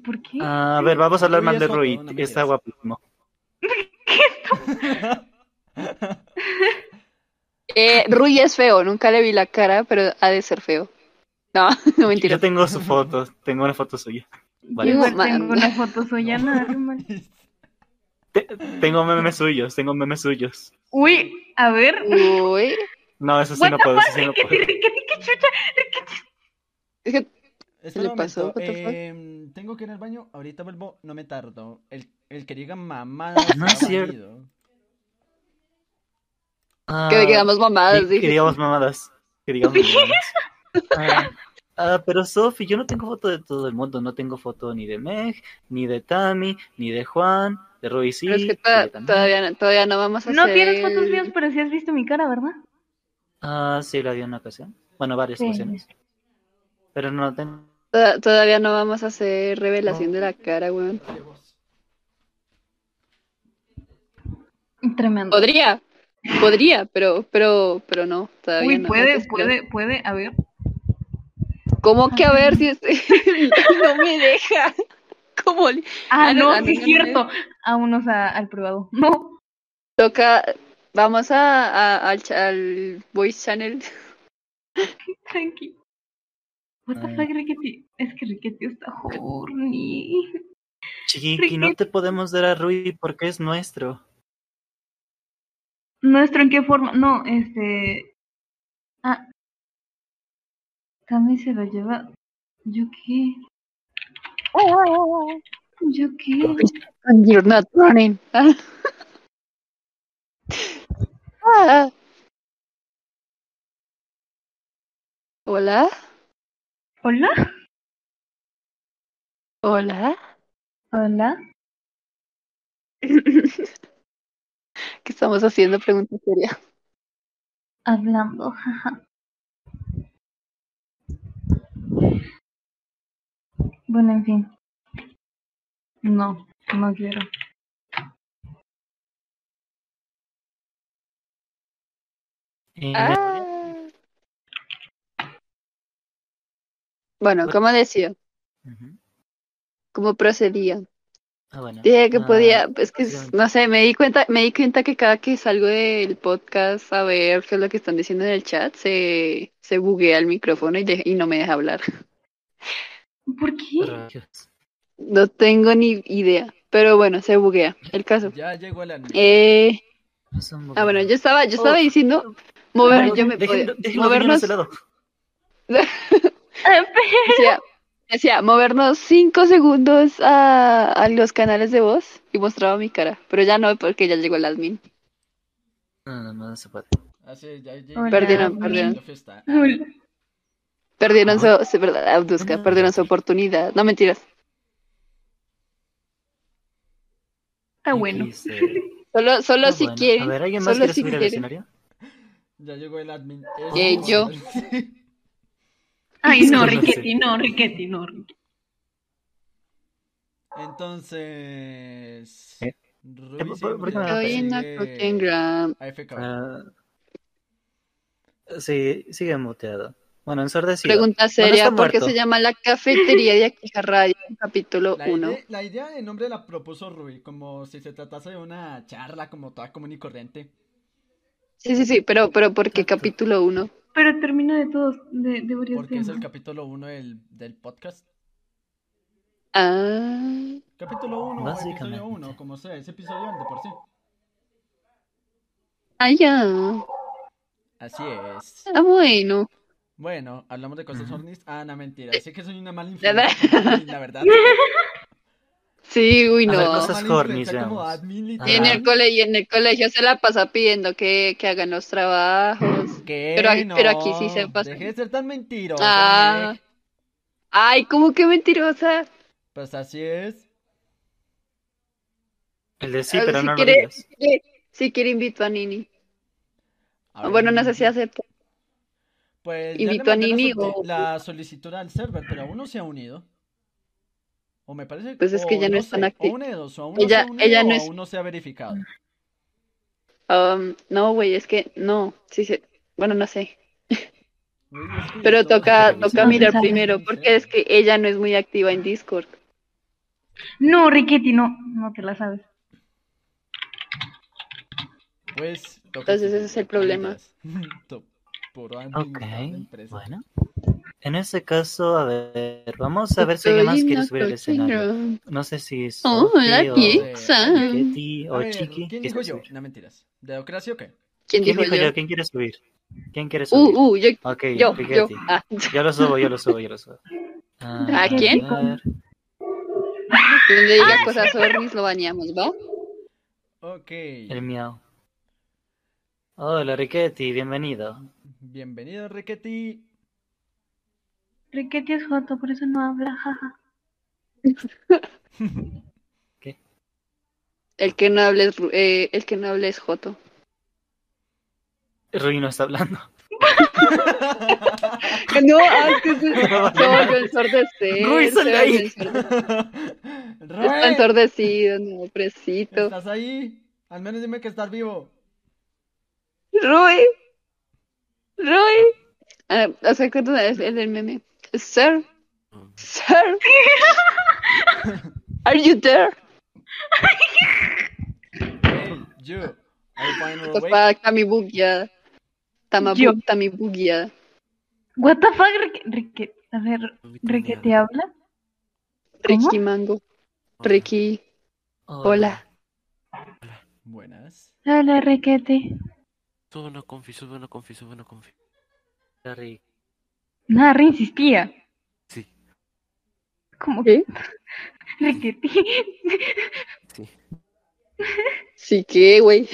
¿Por qué?
Ah, a ver, vamos a hablar
Rui
mal
es
de
guapo,
Rui.
no me
Está
interesa.
guapísimo.
Eh, Rui es feo, nunca le vi la cara, pero ha de ser feo. No, no mentira.
Yo tengo su foto. Tengo una foto suya. Vale.
Igual
ma-
tengo una foto suya, nada de mal.
Tengo memes suyos. Tengo memes suyos.
Uy, a ver.
Uy,
No, eso sí
What
no
the
puedo. Eso
fuck,
sí no
Ricky,
puedo.
Ricky, Ricky, chucha.
es que
Espera
le
un
pasó?
momento,
What the fuck?
em, tengo que ir al baño, ahorita vuelvo, no me tardo. El, el que diga mamadas
No
está
es cierto.
bandido.
que
Ah,
digamos mamadas,
Que, que
dije.
digamos mamadas. Que digamos mamadas. Ah, ah, pero Sofi, yo no tengo foto de todo el mundo. No tengo foto ni de Meg, ni de Tami, ni de Juan, de Roy sí.
Pero es que
y
to-
de Tamara.
todavía, no, todavía no vamos a
No
hacer
tienes fotos
el-
mías, pero sí has visto mi cara, ¿verdad?
Ah, sí, la di en una ocasión. Bueno, varias
Sí.
ocasiones. Pero no tengo.
Toda- Todavía no vamos a hacer revelación de la cara, weón.
Tremendo.
Podría, podría, pero, pero, pero no, todavía
Uy,
no.
puede,
Entonces,
puede, puede. A ver.
¿Cómo que a ver si es- no me deja? ¿Cómo le-
Ah,
Ah, no,
no,
ah, no,
sí es
no, no,
cierto. Vámonos a- al privado. No.
toca? Vamos a, a- al, cha- al voice channel.
Tranqui. What the
Ah.
fuck, Riquetti? Es que Riquetti está horny.
Chiqui, no te podemos dar a Rui porque es nuestro.
¿Nuestro en qué forma? No, este. Ah. Cami se lo lleva. ¿Yo qué? ¿Yo qué?
And you're not running. Ah. Hola,
¿Hola?
hola.
¿Hola?
¿Qué estamos haciendo? Pregunta seria.
Hablando, jaja. Bueno, en fin. No, no quiero.
Eh,
Ah. Bueno, como decía,
ujú.
como procedía.
Ah, bueno.
Dije que
Ah,
podía, es que
perdón.
no sé, me di cuenta, me di cuenta que cada que salgo del podcast a ver qué es lo que están diciendo en el chat, se, se buguea el micrófono y, de- y no me deja hablar.
¿Por qué?
Rayos.
No tengo ni idea, pero bueno, se buguea. El caso.
Ya llegó el anime.
Eh,
Es un
ah, bueno,
momento.
yo estaba, yo estaba
Oh.
diciendo mover,
No,
yo me
dejen-
podía-
dejen los niños
movernos,
de lado.
Ah,
decía, decía, movernos cinco segundos a, a los canales de voz y mostraba mi cara, pero ya no porque ya llegó el admin.
No, no, no se puede.
Ah, sí, ya llegó.
Hola,
Perdieron,
Admin.
perdieron.
La fiesta.
Hola.
Perdieron su,
Ajá.
su- verdad, Abduzca,
Ajá.
perdieron su oportunidad. No mentiras.
Está Ah, bueno.
X, eh,
Solo, solo
ah,
si
bueno.
quieren.
A ver, ¿alguien más
solo
quiere
si
subir al
quieren.
escenario?
Ya llegó el admin.
Eh,
Es-
yo.
Ay, no,
Disculpa, sí.
Riquetti, no, Riquetti, no. Riquetti.
Entonces.
¿Eh?
Rubí
¿Por-
siempre
por qué me
sigue
Estoy en la Cooking Gram.
AFK.
Ah, sí, sigue muteado. Bueno, ensordecido.
Pregunta
está
seria, ¿por qué
muerto.
se llama la cafetería de Aquija Radio, capítulo
La,
1?
ide- la idea de nombre la propuso Rubí, como si se tratase de una charla como toda común y corriente.
Sí, sí, sí, pero, pero ¿por
Ah,
qué capítulo 1?
Pero termina de todos, de, debería
Porque es
ser.
el
¿no?
capítulo 1 del, del podcast.
Ah,
Capítulo 1 o
Básicamente.
episodio 1, como sea, es episodio 1 de por sí.
ah, ya.
Así es.
Ah, bueno.
Bueno, hablamos de cosas
Ujú.
Eh,
hornis. Ah, no, mentira. Sé que soy una mala
¿Verdad?
influencia. La verdad.
Sí, uy, no.
A ver, cosas horny,
veamos. Y en, el cole, y en el colegio se la pasa pidiendo que, que hagan los trabajos.
¿Qué?
Pero, a-
No,
pero aquí sí se pasa.
Deje de ser tan mentirosa,
Ah.
Nick.
Ay, ¿cómo que mentirosa?
Pues así es.
El de sí,
Ah,
pero
si
no lo
quiere-
digas.
si quiere- si quiere invito a Nini. Ah, Bueno, no sé si acepta.
Pues ya
invito
le
a
mandé la
Nini
soli-
o-
la solicitud al server, pero aún no se ha unido. O me parece
Pues es que
o
ya no
no
están
sé,
acti-
o una de dos, o aún no
Ella-
se ha unido
ella no
o
es-
aún no se ha verificado.
Um, no, güey, es que no. Sí se... Bueno, no sé. Pero toca, toca
No se
mirar
sabe.
primero, porque es que ella no es muy activa en Discord.
No, Riquetti, no, no te la sabes.
Pues toca
Entonces ese es el problema.
to- por
Ok,
empresa.
bueno. En ese caso, a ver, vamos a ver si alguien más
Soy
quiere
una
subir el escenario.
cochina.
No sé si es
Oh, la
Sophie o
pizza.
Yeti
A
o
ver,
Chiqui.
¿Quién
que
dijo
se
yo?
sube.
No mentiras. ¿Deocracia o qué?
¿Quién dijo yo?
¿Quién quiere subir? ¿Quién quiere subir?
Uh, uh, yo,
Ok,
yo, yo.
Riquetti.
Ah.
Yo lo subo, yo lo subo, yo lo subo. Ah,
¿A quién?
ver.
Donde diga cosas hornis lo bañamos, ¿va?
Ok,
El miau. Hola, Riquetti, bienvenido.
bienvenido Riquetti.
Riquetti es joto, por eso no habla, jaja.
El que no hable es, Ru- eh, el que no hable es Joto.
Rui no está hablando.
No, ah, antes no, yo ensordecé.
Rui, sal de ahí.
Roe,
ensordecido, no, presito.
¿estás ahí? Al menos dime que estás vivo.
Roy. Roy. Ah, o sea, ¿cuánto es el del meme? Sir. Sir. Are you there?
Hey, you. Are you fine or awake?
Papá, Tami Bugia.
Yo.
Tamabu, Tami Bugia.
What the fuck, Rique- Riquetti? A ver, ¿Riquetti habla?
Ricky Mango. Ricky. Hola.
Buenas.
Hola, Riquetti.
Sube una confi, sube una confi, sube una confi.
Rick.
Nada, reinsistía.
Sí,
Como
¿Qué?
Riquetti.
sí.
Sí, ¿qué, güey?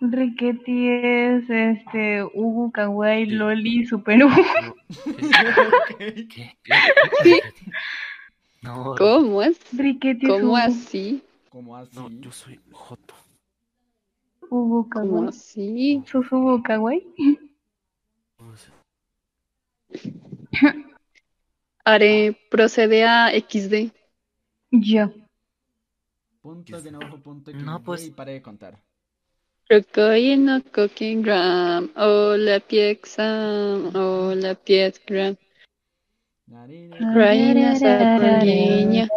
Riquetti es este Hugo, Kawaii, Loli, Super Hugo.
Ok.
No,
¿Cómo es?
Riquetti es
¿Cómo
Hugo,
así?
¿Cómo así?
No, yo soy Joto.
Hugo
¿Cómo
Kawaii.
así?
¿Sos Hugo Kawaii?
No sé.
Are, procede a XD.
Yo.
Punto que no ojo, punto que
No,
no
pues-
Y paré de contar.
Rokoy no cooking gram. Hola, piexa. Hola, piexam. Crying as a pequeña.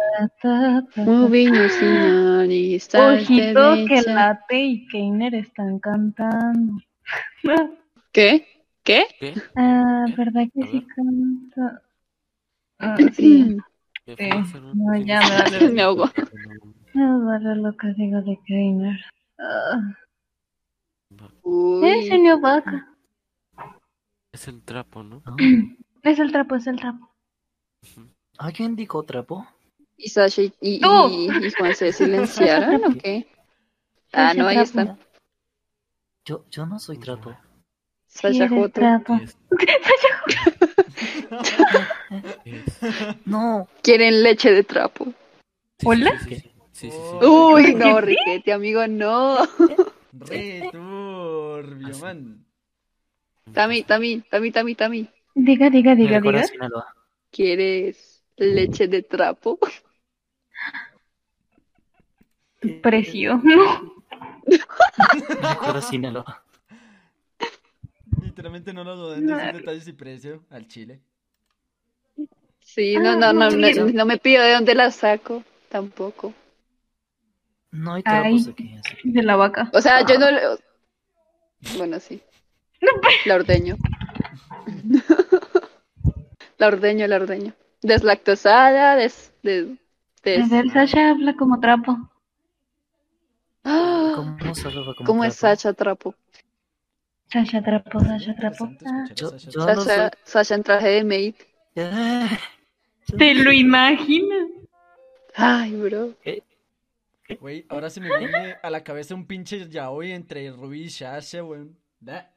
Moving your signal. Estás
Ojito que
derecha.
Late y Keiner están cantando.
¿Qué? ¿Qué?
¿Qué?
Ah,
¿Eh?
¿verdad
A
que sí
ver.
canta? Ah, sí.
¿Qué
Sí.
pasa, no?
No, ya me
vale. Me ahogó.
No vale lo que digo de Keiner. Ah,
Uy.
es el New Vaca.
Es el trapo, ¿no?
Es el trapo, es el trapo.
¿Alguien dijo trapo?
¿Y Sasha y, y,
¡No!
y, y Juan se silenciaron o qué? Ah, no, ahí está.
Yo, yo no soy trapo.
Sí,
Sasha
eres
Joto.
trapo.
Es,
No.
Quieren leche de trapo.
¿Hola?
Sí, sí, sí. sí, sí, sí.
Uy, no, Riquete, amigo, no.
Returbio, man.
Tami, Tami, Tami, Tami, Tami.
Diga, diga,
Me
diga,
recuerda
diga.
a Sinaloa.
¿Quieres leche de trapo?
Precio.
Me recuerda a Sinaloa.
Literalmente no lo duden de esos detalles y precio al chile.
Sí,
Ah,
no, no, no, no, no me pido de dónde la saco tampoco.
No hay trapos
Ay.
aquí. así.
De la vaca.
O sea, yo no. le- Bueno, sí.
pues.
La ordeño. La ordeño, la ordeño. Deslactosada, des. des, des-
A ver, Sasha habla como trapo.
¡Ah!
¿Cómo se hablaba como
¿Cómo es
trapo?
Sasha Trapo?
Sasha trapo, Sasha trapo. Ah.
Interesante escuchar a
Yo-
Sasha.
yo- no
Sasha, Sasha en traje de maid.
Eh,
¿Te lo imaginas?
Ay, bro.
Güey, ahora se me viene a la cabeza un pinche yaoi entre Ruby y Sasha, güey. Da-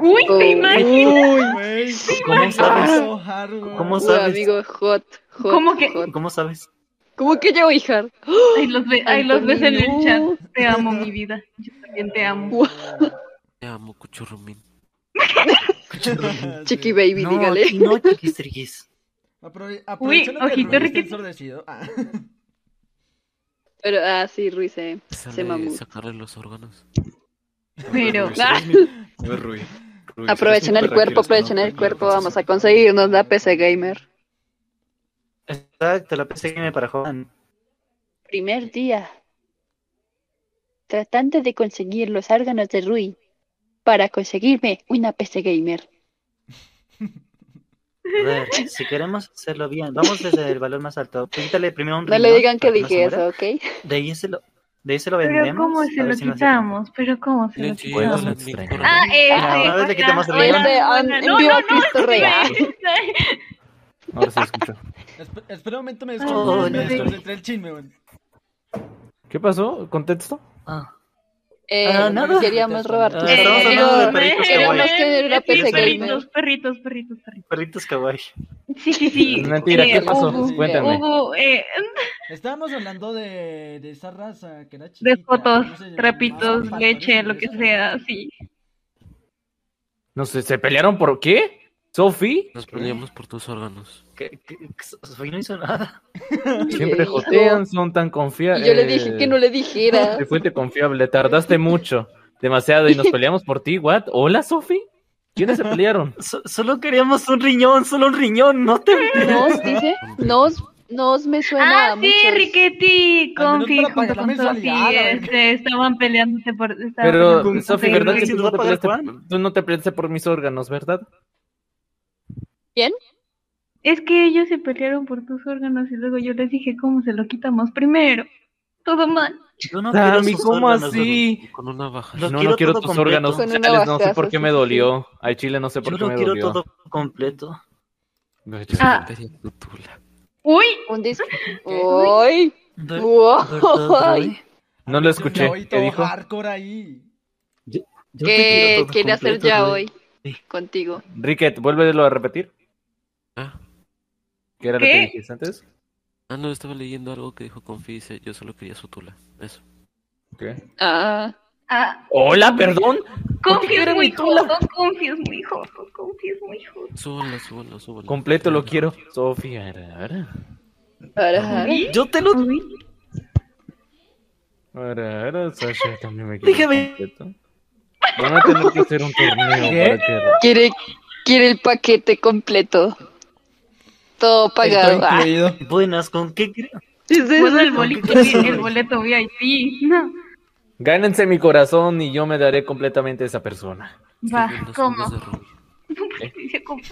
Uy,
Oh,
¿te imaginas?
Uy, güey.
¿Te
¿Cómo
imaginas?
sabes? So hard, güey.
¿Cómo
Uy,
sabes?
amigo, hot, hot.
¿Cómo que?
¿Cómo sabes?
¿Cómo que yo, hija?
Ahí los, ve- ahí los ves en el chat.
Antonio.
Te amo, mi vida. Yo también te amo.
Te amo, cuchurrumín.
Chiqui baby,
No,
dígale.
aquí no, chiquis triquis.
Aprove-
Uy,
aprovechando que
ojito
Ruby está
riquito.
ensordecido. Ah.
Pero, ah, sí, Ruiz se, se mamó.
sacarle los órganos.
Pero.
Pues
Aprovechen Pues el cuerpo, aprovechen el cuerpo. Vamos a conseguirnos la PC Gamer.
Exacto, la PC Gamer para Juan.
Primer día. Tratando de conseguir los órganos de Rui para conseguirme una PC Gamer.
A ver, si queremos hacerlo bien, vamos desde el valor más alto. Quítale primero un
No le
riñón
digan que
para no se
dije
muera.
eso, ¿ok?
De ahí se lo, de ahí se lo vendemos.
Pero ¿cómo se
a
lo
ver si nos-
quitamos? Pero ¿cómo se lo
Puedo
quitamos?
lo extraño.
Ah, eh,
Ah, una vez le quitamos el
hola,
riñón.
hola,
Hombre,
hola.
en
No,
vivo
no,
a Cristo
no,
Rey.
espera.
Ahora sí escucho.
Espe- espera un momento, me
Oh,
desconcentré, me
no.
desconcentré el chisme, güey.
¿Qué pasó? ¿Contexto?
Ah,
Eh,
Ah, nada.
queríamos robar tus
Ah, estamos
Eh,
hablando de
órganos.
perritos
eh,
Queríamos
kawaii.
tener una
eh, sí,
PC Gamer.
perritos, perritos, perritos, perritos.
Perritos kawaii.
Sí, sí, sí.
Mentira,
Eh,
¿qué pasó?
Hugo,
Cuéntame.
Hugo, eh,
Estábamos hablando de, de esa raza que era chiquita.
de fotos,
no sé,
trapitos,
más
leche,
factores,
lo que
eso.
sea, sí.
No sé, ¿se pelearon por qué? ¿Sophie?
Nos peleamos por tus órganos.
Que, que- que Soy no hizo nada.
Siempre
Hijo.
jotean, son tan confiables.
Y yo le dije que no le dijera.
De fuente confiable, tardaste mucho, demasiado, y nos peleamos por ti, ¿what? ¿Hola, Sophie? ¿Quiénes se pelearon?
So- solo queríamos un riñón, solo un riñón, no te.
Nos dice, nos, nos me suena
Ah,
a
sí,
muchos.
Riquetti,
Al menos
Confi,
para
junto
pagar la
con Sofi,
mensualidad, a ver.
este, estaban peleándose por... estaban peleando
Pero,
por
Sophie,
conseguir
¿verdad que
Riquetti.
tú
¿Va
no,
a
te este
pagar
peleaste, tú no te peleaste por mis órganos, ¿verdad?
Es que ellos se pelearon por tus órganos y luego yo les dije cómo se lo quitamos primero. Todo mal.
Yo no quiero
Dami,
sus
Ah, ¿cómo
órganos, Dami.
así?
Con una baja.
Lo
no, no quiero
todo
tus
completo.
órganos
Con una
sexuales, no sé
bajazo,
por
sí,
qué me
sí, sí.
dolió. Al chile no sé
Yo
por
lo
qué me
quiero
dolió.
todo completo.
No, yo
Ah.
inventaría tu tula.
¡Uy!
Un disco. ¡Ay!
Ver- ver todo,
¡Ay!
Roy.
No lo
Es un
escuché.
yaoi
¿Qué
todo
dijo?
hardcore ahí.
Yo te quiero
¿Qué
todo
quiere hacer
completo,
ya
Roy.
hoy contigo?
Ricket, vuélvelo a repetir.
Ah.
¿Qué era lo
¿Qué?
que dijiste antes?
Ah, no, estaba leyendo algo que dijo Confi. Dice, yo solo quería su tula. Eso.
¿Qué?
Ah,
Ah,
Hola, perdón.
Confi es muy joto, Confi es muy joto, Confi es muy joto.
Súbanlo, súbanlo, súbanlo.
Completo lo quiero. Sofía, ahora,
para.
Yo te lo
ahora, ahora, Sasha también me quiere
Dígame.
completo. Van a tener que hacer un torneo para que...
Quiere, quiere el paquete completo. Todo pagado. Ah,
Buenas, ¿con qué cre-
sí, sí,
Bueno,
sí.
el boleto, el boleto VIP. No.
Gánense mi corazón y yo me daré completamente a esa persona.
Va,
Súbanlo,
Ah, ¿cómo?
súbanlo, súbanlo.
No, porque dice como-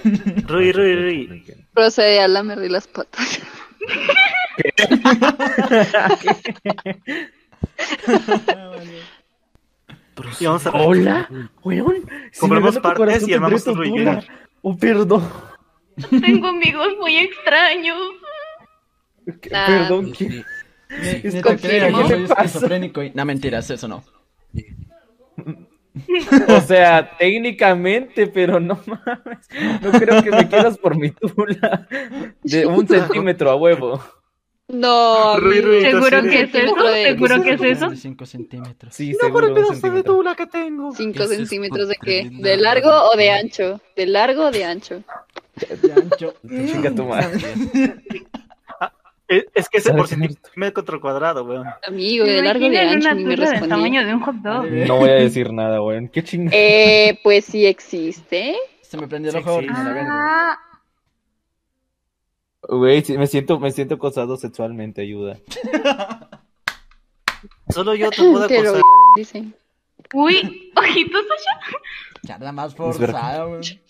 Rui, Rui, Rui.
Procede a lamerle las patas.
Pero
Y vamos a
Hola, weón. Si
Compramos
me gana tu
partes
corazón,
y armamos
tendré
un
tu
Rui
tula. Oh, perdón.
Tengo amigos muy extraños.
¿Qué-
Ah,
Perdón,
sí,
¿qué?
Ni- ni te
Confirmo.
creas, yo
¿Qué
soy
te pasa?
esquizofrénico y- No, mentiras, eso no.
O sea, técnicamente, pero no mames. No creo que me quieras por mi tula. De un centímetro a huevo.
No,
Rui,
amigo.
Rui,
Seguro
entonces-
que es eso,
Centímetro de-
seguro que es eso.
45 centímetros.
Sí, seguro. un centímetro.
tula que tengo.
5
Ese es
centímetros de qué?
tremendo.
¿De largo o de ancho? ¿De largo o de ancho?
De ancho.
Chinga tu madre.
Es, Eh, es que ese
¿Sabes
por
cómo es?
centímetro cuadrado, weón.
Amigo, de largo o de
Imaginen
ancho, ni
una
me
tula del
respondí.
tamaño de un hot dog.
No voy a decir nada, weón. Qué chingada.
Eh, pues sí existe.
Se me prendió el
Sí,
ojo de
sí.
orina, la verga.
Ah,
Güey, sí, me siento, me siento acosado sexualmente, ayuda.
Solo yo te puedo
Te lo
acusar.
dicen.
uy, ojitos allá.
Charla más
Es verdad.
forzada, güey.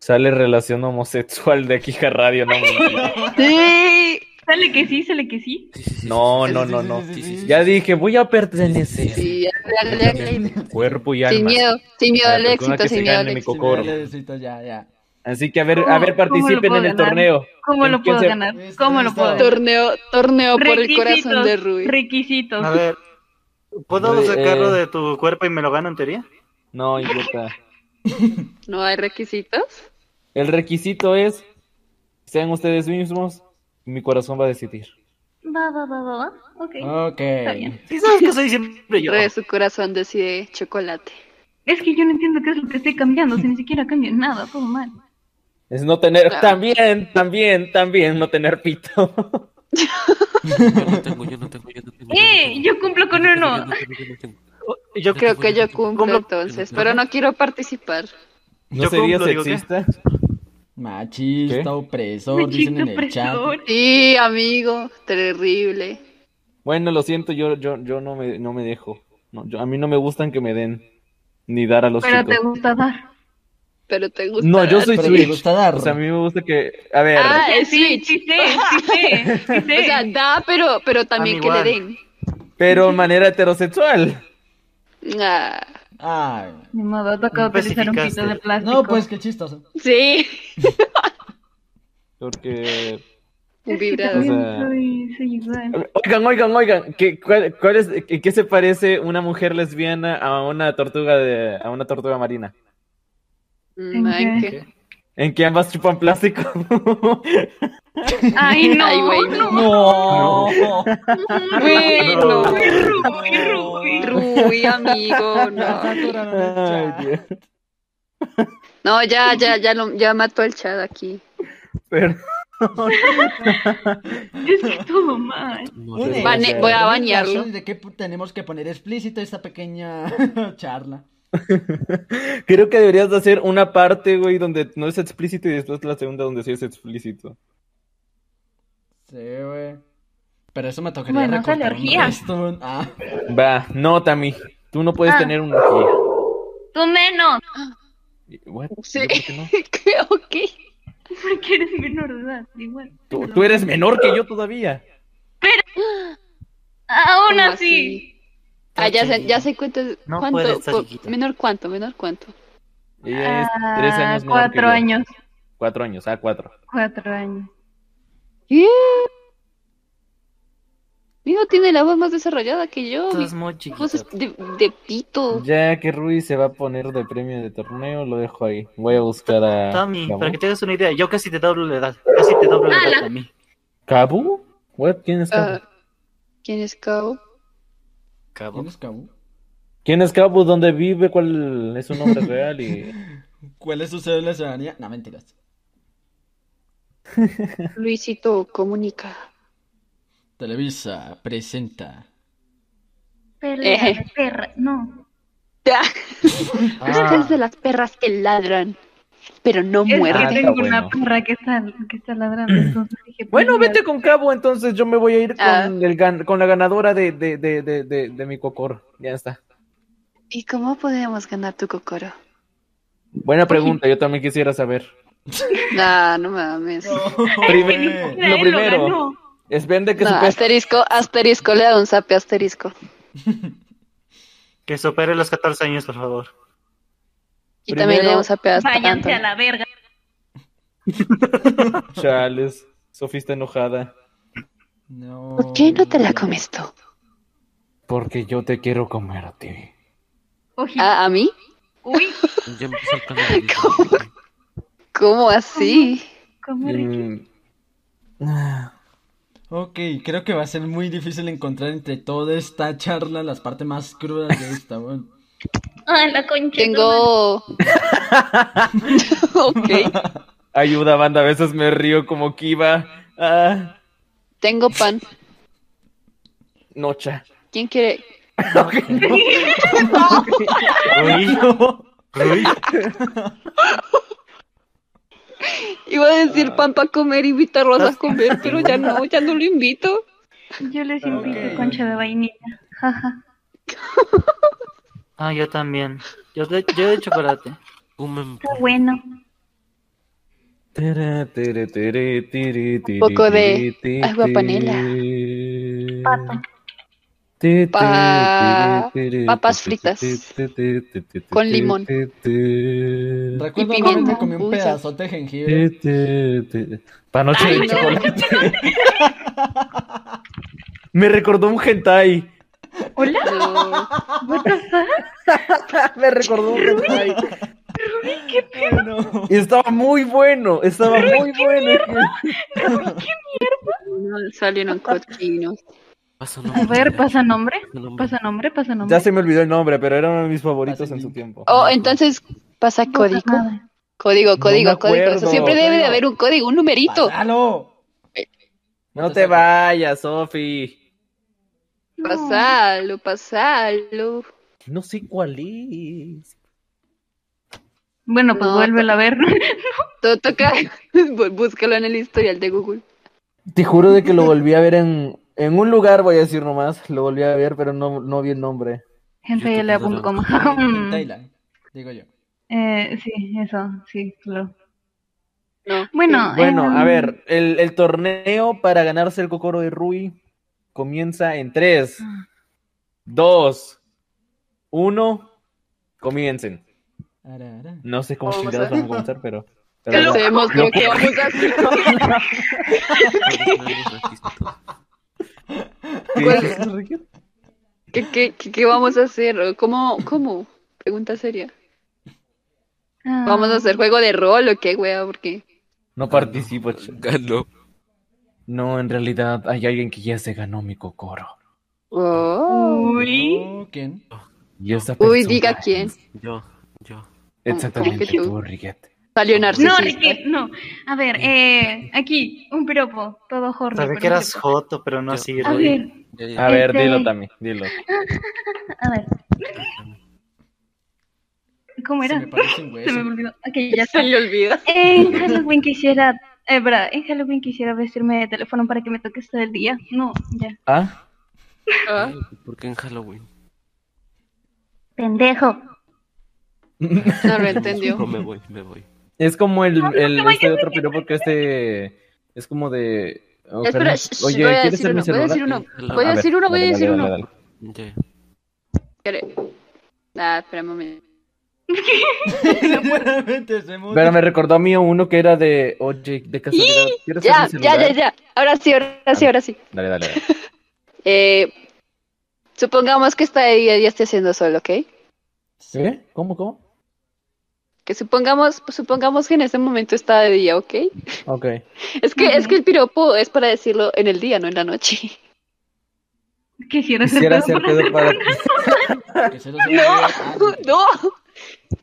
Sale relación homosexual de aquí a radio, no mames.
Sí.
Sale que sí, sale que sí.
Sí, sí, sí,
No,
sí,
no,
sí,
no,
sí,
no.
sí, sí, sí.
Ya dije, voy a pertenecer.
Sí, dale, dale, dale.
Cuerpo y
Sin
alma.
miedo, sin miedo
A la
al
persona
éxito,
que se
sin miedo al
gane mi
éxito.
Cocoro.
Sí, me da el éxito, ya, ya.
Así que a ver, a ver,
¿Cómo- cómo lo
participen
puedo
en el
ganar?
torneo.
¿Cómo
¿Quién-
lo
quién
puedo
se-
ganar? ¿Cómo lo puedo ganar?
Torneo, torneo por el corazón
Requisitos,
de Ruby.
Requisitos.
A ver, ¿puedo
Eh,
sacarlo
eh.
de tu cuerpo y me lo gano en teoría?
No, idiota.
¿No hay requisitos?
El requisito es sean ustedes mismos. Mi corazón va a decidir.
Va, va, va, va, va. Ok.
Ah.
Está bien.
sabes que soy siempre yo.
Re, su corazón decide chocolate.
Es que yo no entiendo qué es lo que estoy cambiando, si ni siquiera cambio nada, todo mal.
Es no tener.
Claro.
También, también, también no tener pito.
¡Eh! Yo cumplo con uno.
Oh, Yo
creo que yo cumplo, entonces, pero no quiero participar.
¿No
Yo
sería
cumplo, digo, ¿qué?
sexista? Machista, opresor, dicen en el chat.
Sí, amigo, terrible.
Bueno, lo siento, yo, yo, yo no me, no me dejo. No, yo- a mí no me gustan que me den ni dar a los
Pero
chicos.
gusta dar.
Pero te gusta
No, yo
dar.
soy Switch. O sea, a mí me gusta que. A ver.
Ah, es Switch. Sí, O sea, da, pero, pero también que le
igual.
den.
Pero en manera heterosexual.
Ah,
Ni modo, toca utilizar un pito de plástico.
No, pues qué chistoso.
Sí.
Porque.
Un
O
vibrador.
sea,
Soy, soy igual.
Oigan, oigan, oigan, ¿qué, cuál, cuál es, ¿en qué se parece una mujer lesbiana a una tortuga de, a una tortuga marina?
Mm, ay, qué-
¿En que ambas chupan plástico?
Ay, no.
Ay, güey, no.
No.
Güey, no.
No.
Ruby, amigo, no.
Ah,
Ay, Dios.
No, ya, ya, ya, lo, ya mató el chat aquí.
Pero-
Es que todo mal.
Bane- voy a banearlo.
¿De qué tenemos que poner explícito esta pequeña charla?
Creo que deberías de hacer una parte, güey, donde no es explícito y después la segunda donde sí es explícito.
Sí, güey. Pero eso me tocaría
Bueno,
recortar
sale
un
orgía.
resto. Ah,
Va, no, Tami, tú no puedes
Ah.
tener una orgía.
Tú menos.
What?
Sí,
¿Yo por qué no?
ok.
Porque eres menor de edad, igual.
Tú, tú eres menor que yo todavía.
Aún
¿Cómo
así.
Ah, ya sé, ya sé cuánto.
No
cuánto
puede estar
cu-
chiquita.
menor cuánto, menor cuánto.
Ella es tres
Ah,
años menor que
cuatro
yo.
años.
Cuatro años, ah, cuatro.
Cuatro años.
Yeah. Mijo tiene la voz más desarrollada que yo. mi voz es de, de pito.
Ya que Ruiz se va a poner de premio de torneo, lo dejo ahí. Voy a buscar a.
Tommy,
¿Cabu?
para que te hagas una idea, yo casi te doblo la edad. Casi te doblo la edad a mí.
¿Cabu? What? ¿Quién es Cabu?
Ah, ¿Quién es Cabo?
¿Quién
es Cabu?
¿Quién es Cabu? ¿Dónde vive? ¿Cuál es su nombre real? Y...
¿Cuál es su cédula de ciudadanía? No, mentiras.
Luisito comunica.
Televisa presenta.
Pelea
Eh.
de perra. No.
Ah.
Usted es de las perras que ladran, pero no
Es
Ah.
muerden.
que tengo una perra que está, que está ladrando. Entonces dije,
Bueno,
pues,
vete con Cabo, entonces yo me voy a ir con, el gan- con la ganadora de, de, de, de, de, de mi cocor. Ya está.
¿Y cómo podemos ganar tu cocoro?
Buena pregunta, yo también quisiera saber.
Nah, no mames.
Primer-
siquiera
lo
él lo
primero,
ganó.
es vende que
No,
su pe-
asterisco, asterisco, le da un zape asterisco.
Que supere los 14 años, por favor.
Y también le
Primero-
da un zape hasta
váyanse
Anthony.
a la verga.
Chales, Sofía está enojada.
¿Por qué no te la comes tú?
Porque yo te quiero comer a ti.
¿A, a mí?
Uy,
Ya empezó el canal.
¿Cómo así?
Mm.
¿Cómo
Ah.
Ok, creo que va a ser muy difícil encontrar entre toda esta charla las partes más crudas de esta, weón.
Ay, la concha.
Tengo. ok.
Ayuda, banda, a veces me río como Kiva. Ah,
Tengo pan.
nocha.
¿Quién quiere? Iba a
Ah.
decir pan para comer, invitarlos a comer, pero ya no, ya no lo invito.
Yo les invito concha de vainilla. Jaja.
Ah, yo también. Yo de, yo de chocolate.
Qué bueno.
Un
poco de agua panela.
Pato.
Pa- papas fritas. Con limón.
Recuerdo una
Y
vez me
pimienta.
comí un
Uy, sí.
pedazote de jengibre.
Panoche
Ay,
de
no.
chocolate. Me recordó un hentai.
¿Hola?
Me recordó un hentai.
¿Qué pedo?
Y estaba muy bueno, estaba muy bueno.
No, salieron cochinos.
A ver, pasa nombre. Pasa nombre, pasa nombre.
Ya se me olvidó el nombre, pero era uno de mis favoritos en su tiempo.
Oh, entonces pasa código. Código,
me
código, código. O sea,
acuerdo.
siempre debe de
Código.
haber un código, un numerito.
¡Halo!
No te vayas, Sofi.
Pasalo, pasalo.
No sé cuál es.
Bueno, pues
No,
vuélvelo a ver.
Todo toca. bu- Búscalo en el historial de Google.
Te juro de que lo volví a ver en, en un lugar, voy a decir nomás. Lo volví a ver, pero no, no vi el nombre.
Gente, le apunto como.
En Thailand, digo yo.
Eh, sí, eso, sí, claro.
No.
Bueno,
Eh, Bueno,
em,
a ver, el, el torneo para ganarse el Kokoro de Rui comienza en 3, 2, 1. Comiencen. No sé cómo
Vamos a
chingados
ver.
vamos a comenzar, pero. pero
Lo hacemos,
lo-
lo que vamos a hacer.
¿Qué
¿Cuál-
dijiste, Enrique?
¿Qué, qué, qué, qué vamos a hacer? ¿Cómo? ¿Cómo? Pregunta seria.
ah.
¿Vamos a hacer juego de rol o qué, wea? Porque
No participo. Ganó. No, en realidad hay alguien que ya se ganó mi Kokoro.
oh,
Uy.
¿Quién?
Y esa
Uy,
persona-
diga quién.
Yo, yo.
Exactamente,
¿Cómo que tú?
tú, Enriquete.
Salió narcisista.
No, Ricky, no. A ver, eh, aquí, un piropo, todo jorro.
Sabía
pero
que
un
eras
piropo.
Joto, pero no así.
A
Rui.
ver,
A ver,
Este-
dilo también, dilo.
a ver. ¿Cómo era?
Me parece un
Se
hueso.
me olvidó. Ok, ya
Se
está.
le olvida.
En Halloween quisiera, eh, verdad, en Halloween quisiera vestirme de teléfono para que me toques todo el día. No, ya.
¿Ah?
Ah,
¿Por qué en Halloween?
Pendejo.
no lo entendió.
No, me voy, me voy.
Es como el, el-
no,
este
yo-
otro piropo que este es como de. oh, ojalá-
Espera, shh, shh, voy a decir uno, voy a decir uno,
Ah,
voy a
ver,
decir uno, voy a
dale,
decir
dale,
uno.
dale, dale.
Ya.
Espere. Ah, espera un momento.
Seguramente se muda.
Pero me recordó a mí uno que era de. Oye, de casualidad. ¿quieres ser
Ya,
mi
ya, ya,
celular?
ya. Ahora sí, ahora sí, ahora sí.
Dale, dale, dale.
Eh, supongamos que esta día ya esté haciendo sol, ¿ok?
¿Eh? ¿Cómo, cómo?
Que supongamos, supongamos que en este momento está de día, ¿ok?
Ok.
Es que, es que el piropo es para decirlo en el día, no en la noche.
Quisiera ser
Quisiera
pedo
ser
para
pedo
hacer-
para ti.
Que se lo Ah, sepa.
No, no.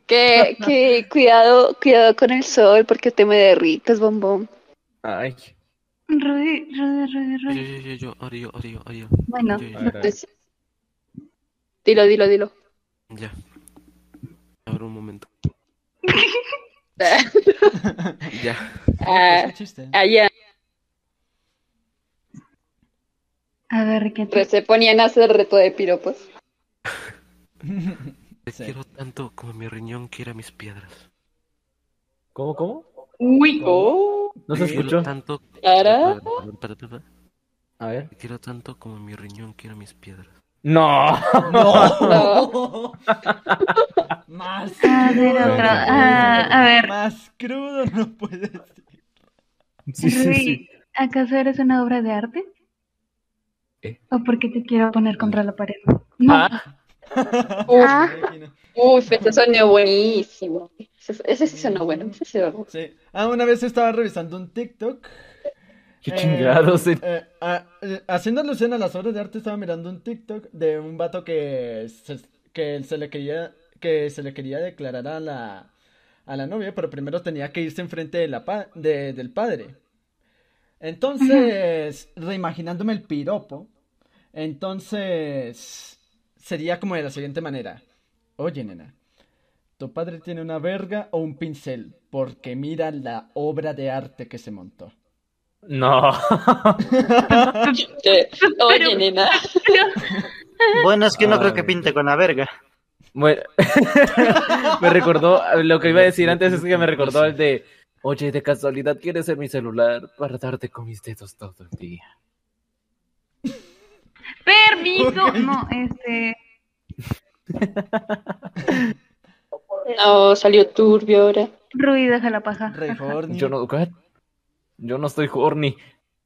Que, que cuidado, cuidado con el sol porque te me derrites, bombón.
Ay.
Rudy, Rudy, Rudy,
Yo,
Rudy.
yo, yo, yo, ahora yo, ahora yo, ahora yo.
Bueno,
Yo, yo,
A ver, a ver.
Entonces, Pues, dilo, dilo, dilo.
Ya. Ahora un momento. Ya.
Ah,
Es un chiste.
allá
a ver, ¿qué te...
pues, se ponían a hacer reto de pues. piropos.
Te quiero tanto como mi riñón quiere a mis piedras.
¿Cómo, cómo?
Uy,
Oh,
No se
Te quiero
escuchó.
tanto.
cara.
Espera, espera, espera.
A ver.
Te quiero tanto como mi riñón quiere a mis piedras.
No.
No. Más
a ver,
crudo.
otro. Ah, a ver,
Más crudo no puede ser.
Sí, sí, sí.
Rudy, ¿acaso eres una obra de arte?
¿Eh?
¿O por qué te quiero poner contra la pared? No,
Ah,
Uf,
Ah.
uf, ese sonió buenísimo. Ese, ese sí sonó bueno. ese sí sonó.
Sí. Ah, una vez estaba revisando un TikTok.
qué
Eh,
chingados. eh.
eh, a- eh, haciendo alusión a las obras de arte, estaba mirando un TikTok de un vato que se, que se le quería que se le quería declarar a la a la novia, pero primero tenía que irse enfrente de la pa- de- del padre. Entonces, reimaginándome el piropo, entonces sería como de la siguiente manera. Oye, nena, tu padre tiene una verga o un pincel, porque mira la obra de arte que se montó.
No.
Eh, Oye, nena. Ah,
Bueno, es que no creo
Ay.
que pinte con la verga.
Bueno, me recordó, lo que iba a decir antes es que me recordó el de, oye, de casualidad, ¿quieres ser mi celular para darte con mis dedos todo el día?
Permiso. No, este.
No, salió turbio ahora.
Rui, deja la paja.
Yo no, ¿what? Yo no estoy horny.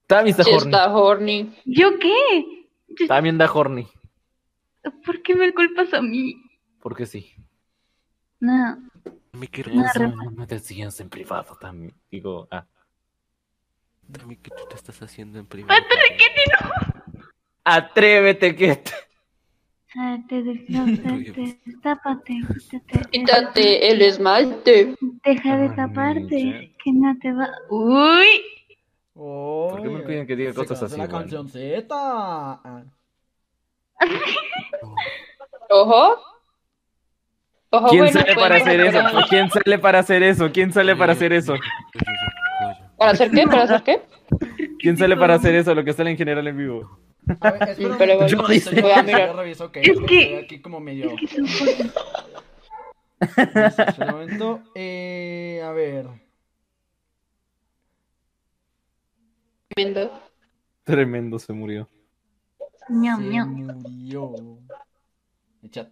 Tammy está
Sí
horny.
está horny.
¿Yo qué?
También da horny.
¿Por qué me culpas a mí?
Porque sí.
No.
Mi
Una
querido,
rema-
no me decías en privado también. Digo, ah.
Dame que tú te estás haciendo en privado.
Antes de que te no.
Atrévete, que.
Salte del closet, tápate, quítate.
Quítate el esmalte.
Deja
Ah,
de taparte, que no te va. ¡Uy!
¿Por qué me piden que diga
Se
cosas así?
conoce La
güey?
cancioncita. Ah,
Ojo. Ojo,
¿Quién
bueno,
sale
pues,
para hacer eso?
para-
¿Quién sale para hacer eso? ¿Quién sale para hacer eso?
¿Para hacer qué? ¿Para hacer qué?
¿Quién sale para hacer eso? Lo que sale en general en vivo.
Mm, Pero bueno,
Yo dice-
voy a
ya
mirar.
reviso que
Es que-
estoy aquí como medio. Listo, un momento. Eh, a ver.
Tremendo.
Tremendo se murió.
Miau,
Se
miau.
murió. El chat.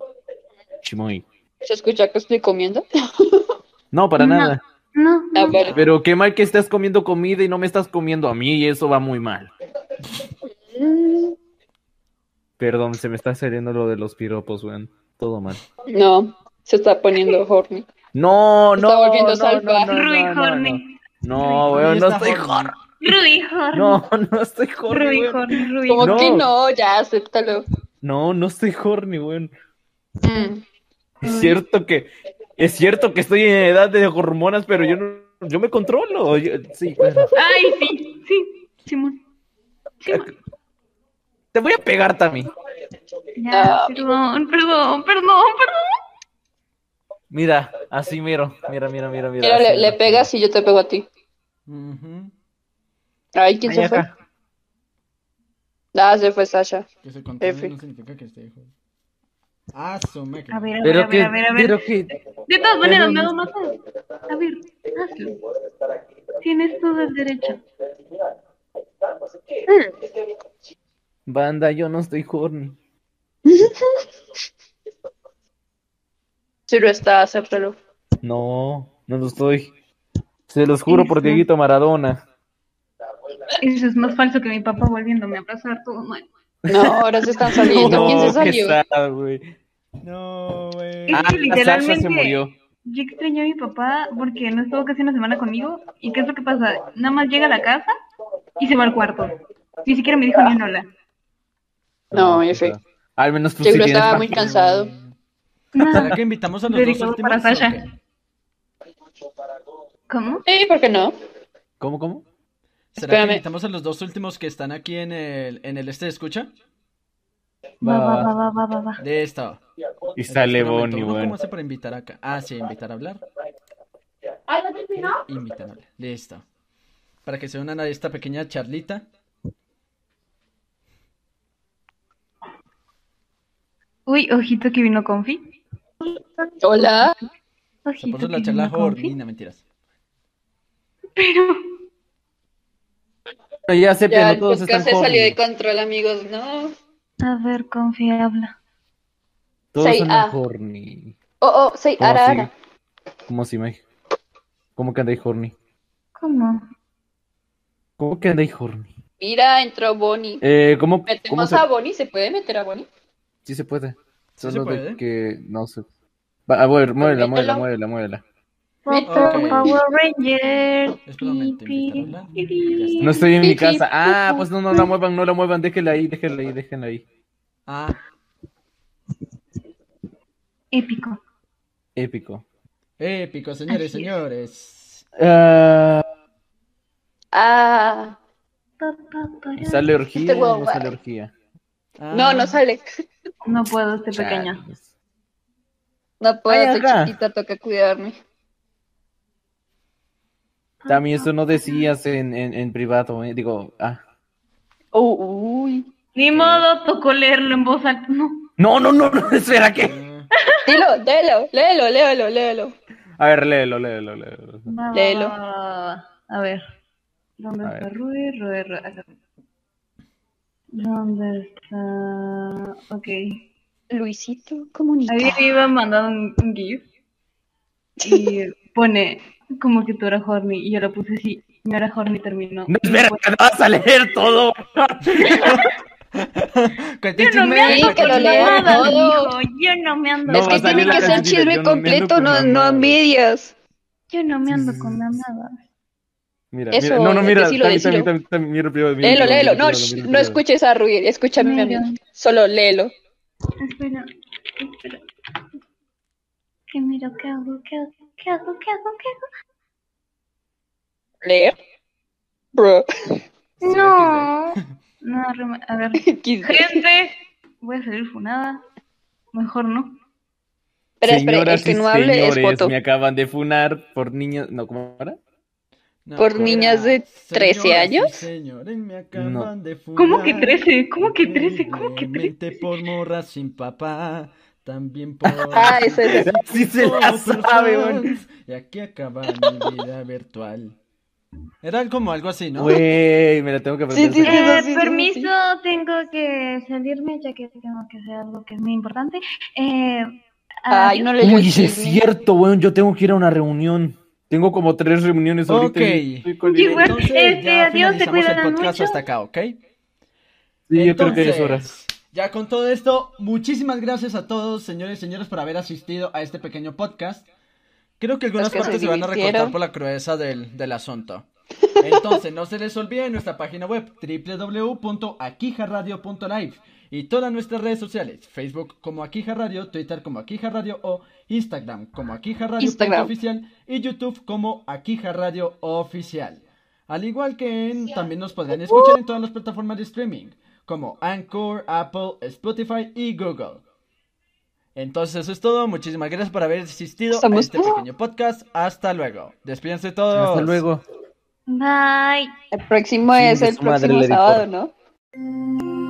Chimoy.
¿Se escucha que estoy comiendo?
No, para nada.
No.
Ah, vale.
Pero qué mal que estás comiendo comida y no me estás comiendo a mí y eso va muy mal.
Mm,
Perdón, se me está saliendo lo de los piropos, weón. Todo mal.
No, se está poniendo horny.
No,
Se
no.
está volviendo
no, no,
salvaje.
no,
Rui
no, no,
Horny.
No, weón, no estoy horny.
Rudy Horny.
No, no estoy horny.
Rudy
weón.
Horny, Rudy.
Como
No.
que no, ya, acéptalo.
No, no estoy horny, weón.
Mm,
Es cierto que es cierto que estoy en edad de hormonas, pero yo no yo me controlo. Yo- sí, claro.
Ay, sí, sí, Simón.
Te voy a pegar, Tami.
Ya, perdón, perdón, perdón, perdón.
Mira, así miro. Mira, mira, mira, mira.
Mira, le,
así
le
miro.
pegas y yo te pego a ti.
Ujú.
Ay, ¿quién se fue? Ah, se fue Sasha.
Que se controle
Efe.
no significa que esté joven. Ah, su máquina.
A ver, a ver, a
Pero
ver,
que
a ver, a ver.
pero que
De todas maneras,
Perdón.
me hago más fácil. A ver, hazlo. Tienes todo el derecho.
banda, yo no estoy horny.
Si lo está, acéptalo.
No, no lo estoy. Se los juro por Dieguito Maradona.
Eso es más falso que mi papá volviéndome a abrazar todo mal.
No, ahora se están saliendo. ¿Quién se
No,
salió?
qué sad, güey.
No, güey.
Es
Ah,
que
Sasha
literalmente
se murió.
yo extrañé a mi papá porque no estuvo casi una semana conmigo. ¿Y qué es lo que pasa? Nada más llega a la casa y se va al cuarto. Ni siquiera me dijo ni un hola.
No,
qué
F.
sad. Al menos tú sí
Seguro
tienes
estaba muy
página.
cansado.
¿Será
Nada.
que invitamos a los dos
Dedicado para
últimos?
Sasha.
¿O qué?
¿Cómo?
Sí, ¿por qué no?
¿Cómo, cómo?
¿Será que
Espérame.
invitamos a los dos últimos que están aquí en el, en el este de escucha?
Va,
Va,
va.
va, va, va, va, va, va.
De esta.
Y sale
Espera un momento,
Bonnie,
¿uno
weón.
Oh, ¿Cómo hace para invitar acá? Ah, sí, invitar a hablar. Invitar a hablar. Listo. Para que se unan a esta pequeña charlita.
Uy, ojito que vino Confi.
Hola.
Se
Ojito
puso
que
la
vino
charla
Confi.
hornina, mentiras.
Pero
Pero ya acepten,
Ya
no
el
todos
podcast
están
se salió de
horny.
control, amigos, ¿no?
a ver, Confi habla.
Todos
Say
son
ah.
horny.
Oh, oh, sí,
¿Cómo
ara,
así?
ara.
¿Cómo así, Mike? ¿Cómo que andáis horny?
¿Cómo?
¿Cómo que andáis horny?
Mira, entró Bonnie.
Eh, ¿cómo, cómo
¿Metemos
se...
a Bonnie? ¿Se puede meter a Bonnie?
Sí se puede.
se
Solo
puede.
de que no se... Va, a ver, muévela, muévela,
Permítelo.
muévela, muévela.
Metro
Ok.
Power Ranger.
Es solamente
Pi, pi,
invitar a hablar.
pi,
Ya está.
No estoy en mi
Sí, sí.
casa. Ah, pues no, no la muevan, no la muevan. Déjenla ahí, déjenla ahí, déjenla ahí.
Ah,
Épico.
Épico.
épico, señores,
Así es.
señores.
Ah,
Ah,
Pa, pa, para.
¿Sale orgía
Este huevo
o no
va.
sale orgía? Ah.
no,
Ah,
no sale.
No puedo, este estoy pequeña.
Chales.
No puedo,
Ay,
estoy
acá.
chiquita, toca cuidarme.
También eso no decías en, en, en privado, eh. Digo, ah.
Oh, uy.
Ni modo, tocó leerlo en voz alta. No.
No, no, no, no, espera, ¿qué?
Ah,
Dilo, léelo, léelo, léelo, léelo.
A ver, léelo, léelo, léelo.
Va, va,
Léelo.
va, va, va, va. A ver. Ah, ¿Dónde
A
está
ver.
Rui? Rui, Rui, acá. ¿Dónde está? Ok.
Luisito comunica.
Alguien iba a mandar un, un GIF y pone como que tú eras horny y yo lo puse así. y No era horny, terminó.
No, espera, que no vas a leer todo.
Cuente
Yo no me ando
Sí, que lo
con
lea
mamadas,
todo.
mijo, Yo no me ando.
No
es
va a
que
salir
tiene
la
que ser
canción de
chisme
yo no me ando
completo,
con
no, no a
mamadas.
medias.
Yo no me ando con mamadas.
Mira,
Eso,
mira. No, no, mira.
decilo,
también,
decilo.
también, también, también, mira, primero, mira,
Léelo,
primero,
léelo.
mira,
No,
primero,
shh,
mira,
no
primero.
escuches a Ruiz, escúchame a mí.
Mira.
Solo léelo.
Espera, espera. ¿Qué miro? ¿Qué hago? ¿Qué hago? ¿Qué hago? ¿Qué hago? ¿Qué
Leer. Bro.
hago? No. No, Roma- a ver.
Quis-
Gente, voy a salir funada. Mejor no.
Espera, espera, el que
y
no hable es
señores,
foto.
me acaban de funar por niños. No, ¿cómo era?
No,
¿Por
ahora,
niñas de 13
señoras y
años?
señores, me acaban de
¿Cómo que
funar
13? ¿Cómo que 13? ¿Cómo que 13?
terriblemente por morras sin papá, también por...
Ah, esa es.
Sí se la sabe, güey.
Superfans. Y aquí acaba mi vida virtual. Era como algo así, ¿no?
Güey, me la tengo que aprender.
Sí, sí, sí.
Eh,
sí, sí,
permiso,
sí.
tengo que salirme ya que tengo que hacer algo que es muy importante. Eh,
Ay,
adiós.
no le
Uy,
digas
es
chisme.
cierto, weón. Yo tengo que ir a una reunión. Tengo como tres reuniones ahorita.
Ok.
y estoy con-
Sí, güey.
Entonces,
Este,
ya
adiós, te
finalizamos el
cuidan
podcast
mucho.
hasta acá, ¿ok?
Sí, yo creo que es
Entonces,
hora.
Ya con todo esto, muchísimas gracias a todos, señores y señoras, por haber asistido a este pequeño podcast. Creo que algunas
Los que se
partes se van a recortar
divirtieron.
por la crudeza del, del asunto. Entonces, no se les olvide nuestra página web www.aquijaradio.live y todas nuestras redes sociales, Facebook como Aquija Radio, Twitter como Aquija Radio o Instagram como Aquija Radio
Instagram.
oficial y YouTube como Aquija Radio oficial. Al igual que en- también nos podrán escuchar en todas las plataformas de streaming, como Anchor, Apple, Spotify y Google. Entonces eso es todo, muchísimas gracias por haber asistido a
Somos-
este pequeño podcast. Hasta luego. Despídense todos.
Hasta luego.
Bye.
El próximo
Sí,
es
de
el
su madre,
próximo
el editor.
sábado, ¿no?